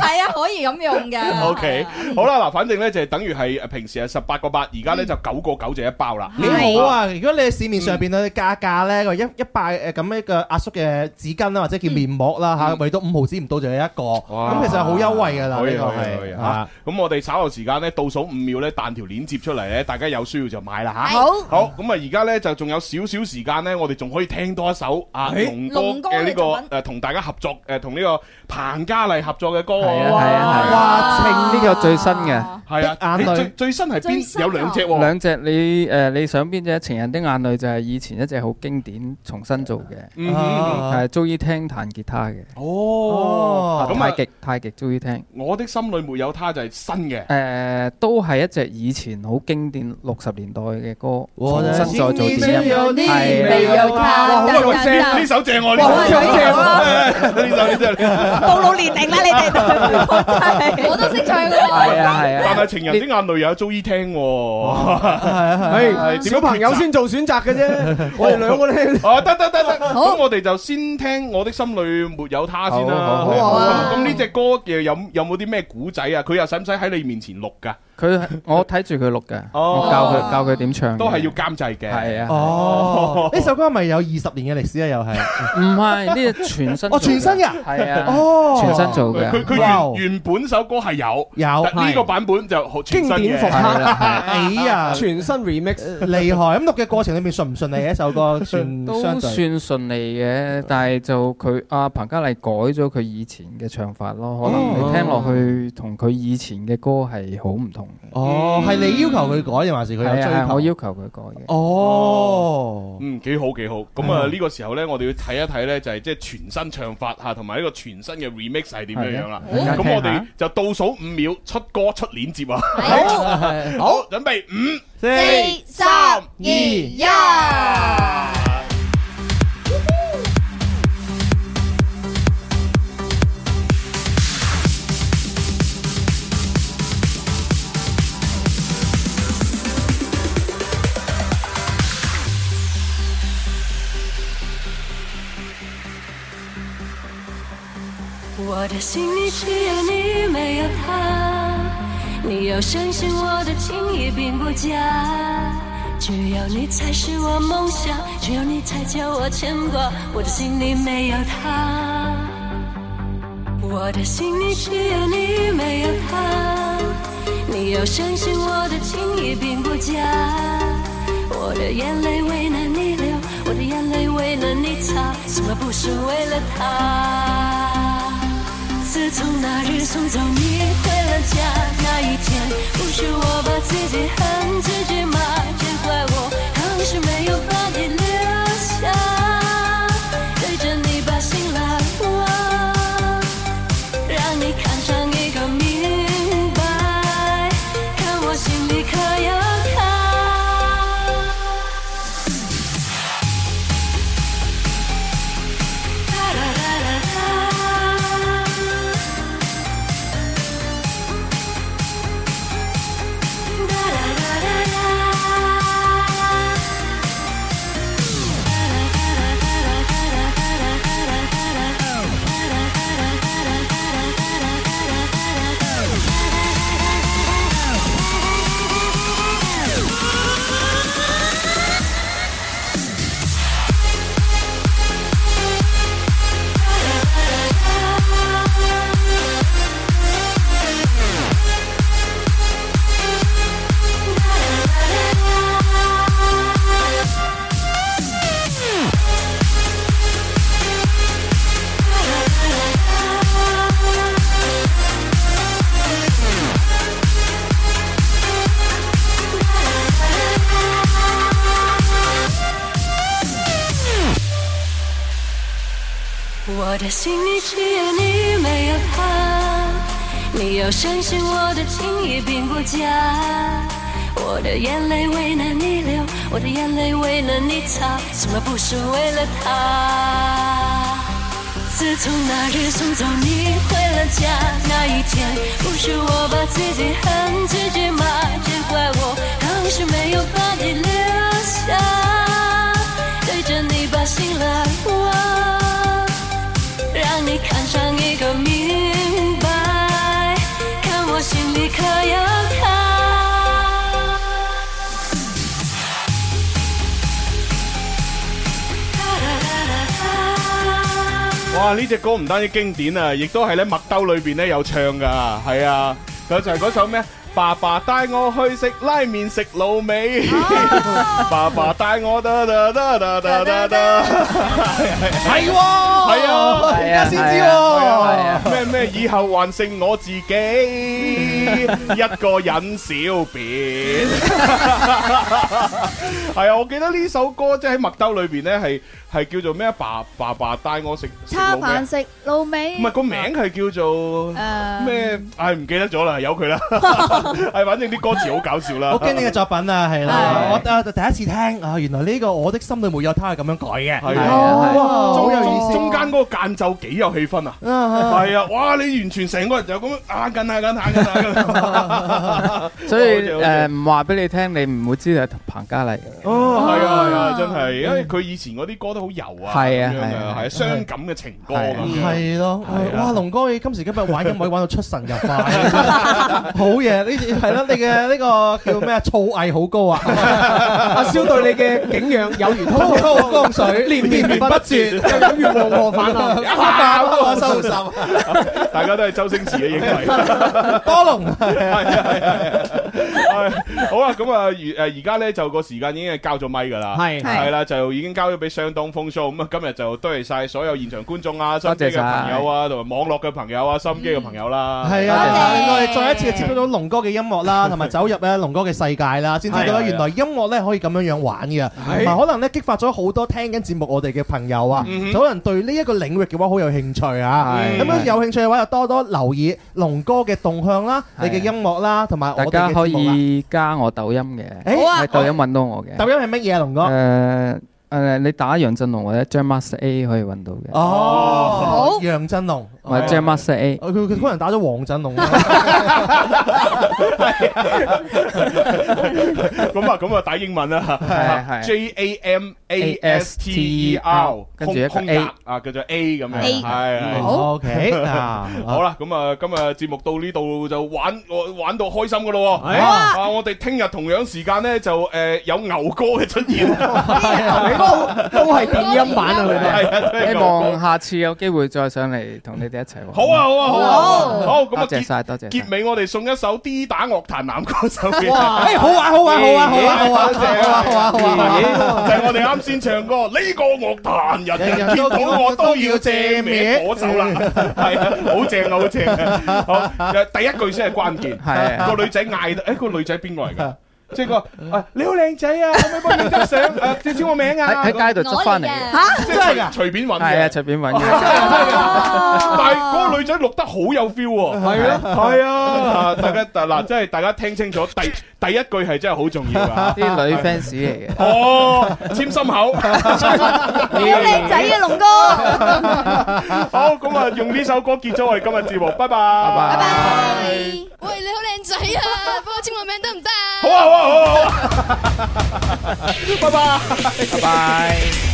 H: 係啊，可以咁用嘅。
C: O K，好啦，嗱，反正咧就係等於係平時係十八個八，而家咧就九個九就一包啦。
F: 幾好啊！如果你喺市面上邊咧價價咧個一一塊誒咁樣嘅壓縮嘅紙巾啦，或者叫面膜啦嚇，為到五毫子唔到就有一個，咁其實好優惠㗎啦，呢
C: 可以
F: 個
C: 可以可以
F: 係
C: 吓
F: 啊！。
C: 咁我哋稍後時間咧倒數五秒咧彈條鏈接出嚟咧，大家有需要就買啦吓。
F: 好
C: 好，咁啊而家咧就仲有少少時間咧，我哋仲可以聽多一首啊
F: 誒
C: 龍哥
F: 龍哥
C: 嘅呢
F: 嘅作品
C: 個誒同大家合作誒同呢個彭嘉麗合作嘅歌喎。
R: 係啊係啊係啊，呢個最新嘅。
C: 係啊，
R: 眼淚
C: 你最最新啊係邊有兩隻喎？
R: 兩隻你誒、你想邊隻？情人的眼淚就係以前一隻好經典重新做嘅，
C: 嗯哼
R: 係中意聽彈吉他嘅。
C: 哦
R: 啊
C: 咁
R: 太
C: 啊
R: 極太極中意聽。
C: 我的心裏沒有他就係新嘅
R: 誒、。呃都係一隻以前好經典六十年代嘅歌，重
C: 我的
R: 新再做電
C: 心裏
R: 音
C: 沒有你
R: 樂，
C: 沒有他
R: 啊
C: 哇好啊喂正呢首正喎呢首哇好正好正啊 呢首呢首呢首
S: 暴露年齡啦，你哋
H: 我都識唱㗎
R: 喎。係啊係啊
C: 但係情人的眼淚又有中意聽喎。係
G: 啊係小朋友先做選擇嘅啫，我哋兩個咧。
C: 哦，得得得得，咁我哋就先聽我的心裏沒有他先啦。
R: 好好
C: 係
R: 好啊
C: 咁咁呢只歌嘅有有冇啲咩古仔啊？佢又使唔使喺你面前錄㗎？
R: 啊佢我睇住佢錄嘅，
C: 哦
R: 我教佢教佢點唱嘅，
C: 都係要監製嘅。
R: 係啊。
F: 哦，呢首歌係咪有二十年嘅歷史啊？又係
R: 唔
C: Ừ.
R: 係呢隻全新
F: 哦，全新嘅
R: 係啊，
F: 哦，
R: 全新做嘅
C: 佢佢
F: 哇
C: 原原本首歌係有
F: 有
C: 但呢個版本就好全
G: 經
C: 新嘅
G: 典復刻，
F: 哎呀
G: 全新 remix，
F: 厲害！咁錄嘅過程裏面順唔順利啊？一首歌算
R: 都
F: 相
R: 算
F: 對嗯
R: 順利嘅，但係就佢阿彭嘉麗改咗佢以前嘅唱法咯，可能
F: 哦
R: 你聽落去同佢以前嘅歌係好唔同嘅。
F: 哦，係你要求佢改定還是佢有
R: 係啊
F: 追
R: 係啊
F: 求？
R: 我要求佢改嘅。
F: 哦，
C: 嗯，幾好幾好。咁
R: 嗯
C: 啊，呢個時候呢，我哋要睇一睇呢，就係即係全新唱法嚇，同埋呢個全新嘅 remix 係點樣樣啦。
R: 係啊好
C: 咁我
R: 聽
C: 哋
R: 下
C: 就倒數五秒出歌出鏈接啊！
F: 好
C: 好，準備五、
T: 四
C: 三、二、
T: 一
B: 我的心里只有你，没有他，你要相信我的情意并不假，只有你才是我梦想，只有你才叫我牵挂，我的心里没有他，我的心里只有你没有他。你要相信我的情意并不假，我的眼泪为了你流，我的眼泪为了你擦，从来不是为了他。自从那日送走你回了家那一天，不是我把自己恨自己骂，只怪我当时没有把你留下，对着你把心来挖，让你看上一个明白，看我心里可有他。哒啦啦啦哒，哒啦啦啦啦，哒啦哒啦哒啦哒啦哒啦哒啦哒啦，哒啦哒啦哒啦哒啦哒啦哒啦哒啦哒啦。我的心里只有你，没有他。你要相信我的情意并不假，我的眼泪为了你流，我的眼泪为了你擦，从来不是为了他。自从那日送走你回了家那一天，不是我把自己恨自己骂，只怪我当时没有把你留下，对着你把心来挖。让你看上一个明白，看我心里可有他。
C: 哇！呢只歌唔單止經典啊，亦都係咧麥兜裏邊咧有唱噶，係啊，佢就係嗰首咩？爸爸帶我去食拉麵食滷味， 爸爸帶我得得得得得得得， 係
T: 係喎
C: 係啊，
T: 而家先知喎
C: 係啊咩咩以後還剩我自 己一個人小便。系啊，我記得呢首歌即係喺麥兜裏邊咧，係係叫做咩啊？爸爸爸帶我食食
H: 叉
C: 老味
H: 飯食老味，
C: 唔係個名係叫
H: 誒
C: 做咩？唉，唔記得咗啦，由佢啦。係，反正啲歌詞好搞笑啦。
F: 好經典嘅作品啊，係啦，我啊第一次聽啊，原來呢個我的心裏沒有他係咁樣改嘅，
C: 係
F: 啊哇，好有意
C: 中
F: 思。
C: 中間嗰個間奏幾有氣氛啊！
F: 啊啊
C: 係啊，哇！你完全成個人就咁樣啊緊啊緊啊緊啊緊啊！
F: 哦
R: 所以
C: 好正好
R: 誒唔話俾你聽，你唔會知道係彭家麗嘅。
C: 哦，係啊，係啊，真係，因為佢以前嗰啲歌都好柔啊，
R: 係啊
C: 咁樣
R: 係啊
C: 係啊，傷感嘅情歌咁樣。啊
F: 係咯，哇！龍哥，你今時今日玩音位玩到出神入化，好嘢！呢係咯，你嘅呢個叫咩啊？造詣好高啊！阿蕭對你嘅景仰有如滔滔江水，連綿不絕，又有如黃河泛 濫，一發不可收拾。
C: 大家都係周星馳嘅影迷，
F: 多龍
C: 好啦，咁啊，而誒而家咧就個時間已經係交咗咪㗎啦，
F: 係係
C: 係啦，就已經交咗俾相當風騷。咁啊，今日就多謝晒所有現場觀眾啊、心機
R: 多謝
C: 嘅
R: 晒
C: 朋友啊，同埋網絡嘅朋友啊、心機嘅朋友啦，
F: 係啊，我哋再一次接觸到龍哥嘅音樂啦，同埋走入咧龍哥嘅世界啦，先知道
C: 係啊
F: 咧原來音樂咧可以咁樣樣玩嘅，同埋可能咧激發咗好多聽緊節目我哋嘅朋友啊，就可能對呢一個領域嘅話好有興趣啊。
R: 係
F: 咁樣有興趣嘅話，就多多留意龍哥嘅動向啦，你嘅音樂啦，同埋
R: 大
F: 我哋
R: 家
F: 嘅
R: 可
F: 節目啦。
R: 以加我抖音嘅，
F: 誒好啊
R: 喺抖音揾到我嘅。
F: 抖音係乜嘢啊，龍哥？
R: 誒誒，你打楊振龍或者張 Master A 可以揾到嘅。
F: 哦哦，楊振龍，哦
R: 係或者 Master A。
F: 佢佢可能打咗黃振龍啊。
C: 咁啊，咁啊，打英文啦
R: 係係
C: ，J A M A S T E R，
R: 跟住一個
C: 空
R: A
C: 格啊，叫做 A 咁樣，
R: A
C: 係
R: 好 OK，啊
C: 好啦，咁啊，今日節目到呢度就玩我玩到開心噶咯喎，
G: 係啊
C: 啊，我哋聽日同樣時間咧就誒有牛哥嘅 出現，
G: 都都係電音版啊佢哋
C: 係啊都係
R: 希
C: 牛哥
R: 望下次有機會再上嚟同你哋一齊玩。
C: 好啊，好啊，好啊，好咁啊，
R: 多謝晒，多謝晒。
C: 結尾我哋送一首 D 打樂壇男歌手嘅，
R: 哇哎好玩好玩好玩好玩好玩
C: 多謝
R: 好玩好玩好玩
C: 就係我哋啱先唱歌呢個樂壇人人見到我都要借名嗰首啦，係啊，好正啊，好正啊，好，第一句 先係關鍵，
R: 係啊
C: 個女仔嗌到，誒個女仔邊個嚟㗎？即係個啊，你好靚仔啊，可唔可以幫你執相？誒，你知我名啊？
R: 喺喺街度執返嚟嘅
C: 嚇即係隨隨便揾嘅
R: 係。啊，隨便揾
C: 真係
R: 嘅。
C: 真係
H: 啊
C: 但係嗰個女仔錄得好有 feel 喎，
R: 係啊
C: 係啊，大家嗱，即係大家聽清楚，第第一句係真係好重要啊！
R: 啲女 fans 嚟嘅。
C: 哦，簽心口，
H: 你好靚仔啊，龍哥。
C: 好，咁啊，用呢首歌結束我哋今日節目，拜拜，拜拜。
U: 喂，你好靚仔啊，幫我簽個名得唔得啊？
C: 好啊，好啊，好啊，好啊，拜拜，拜拜。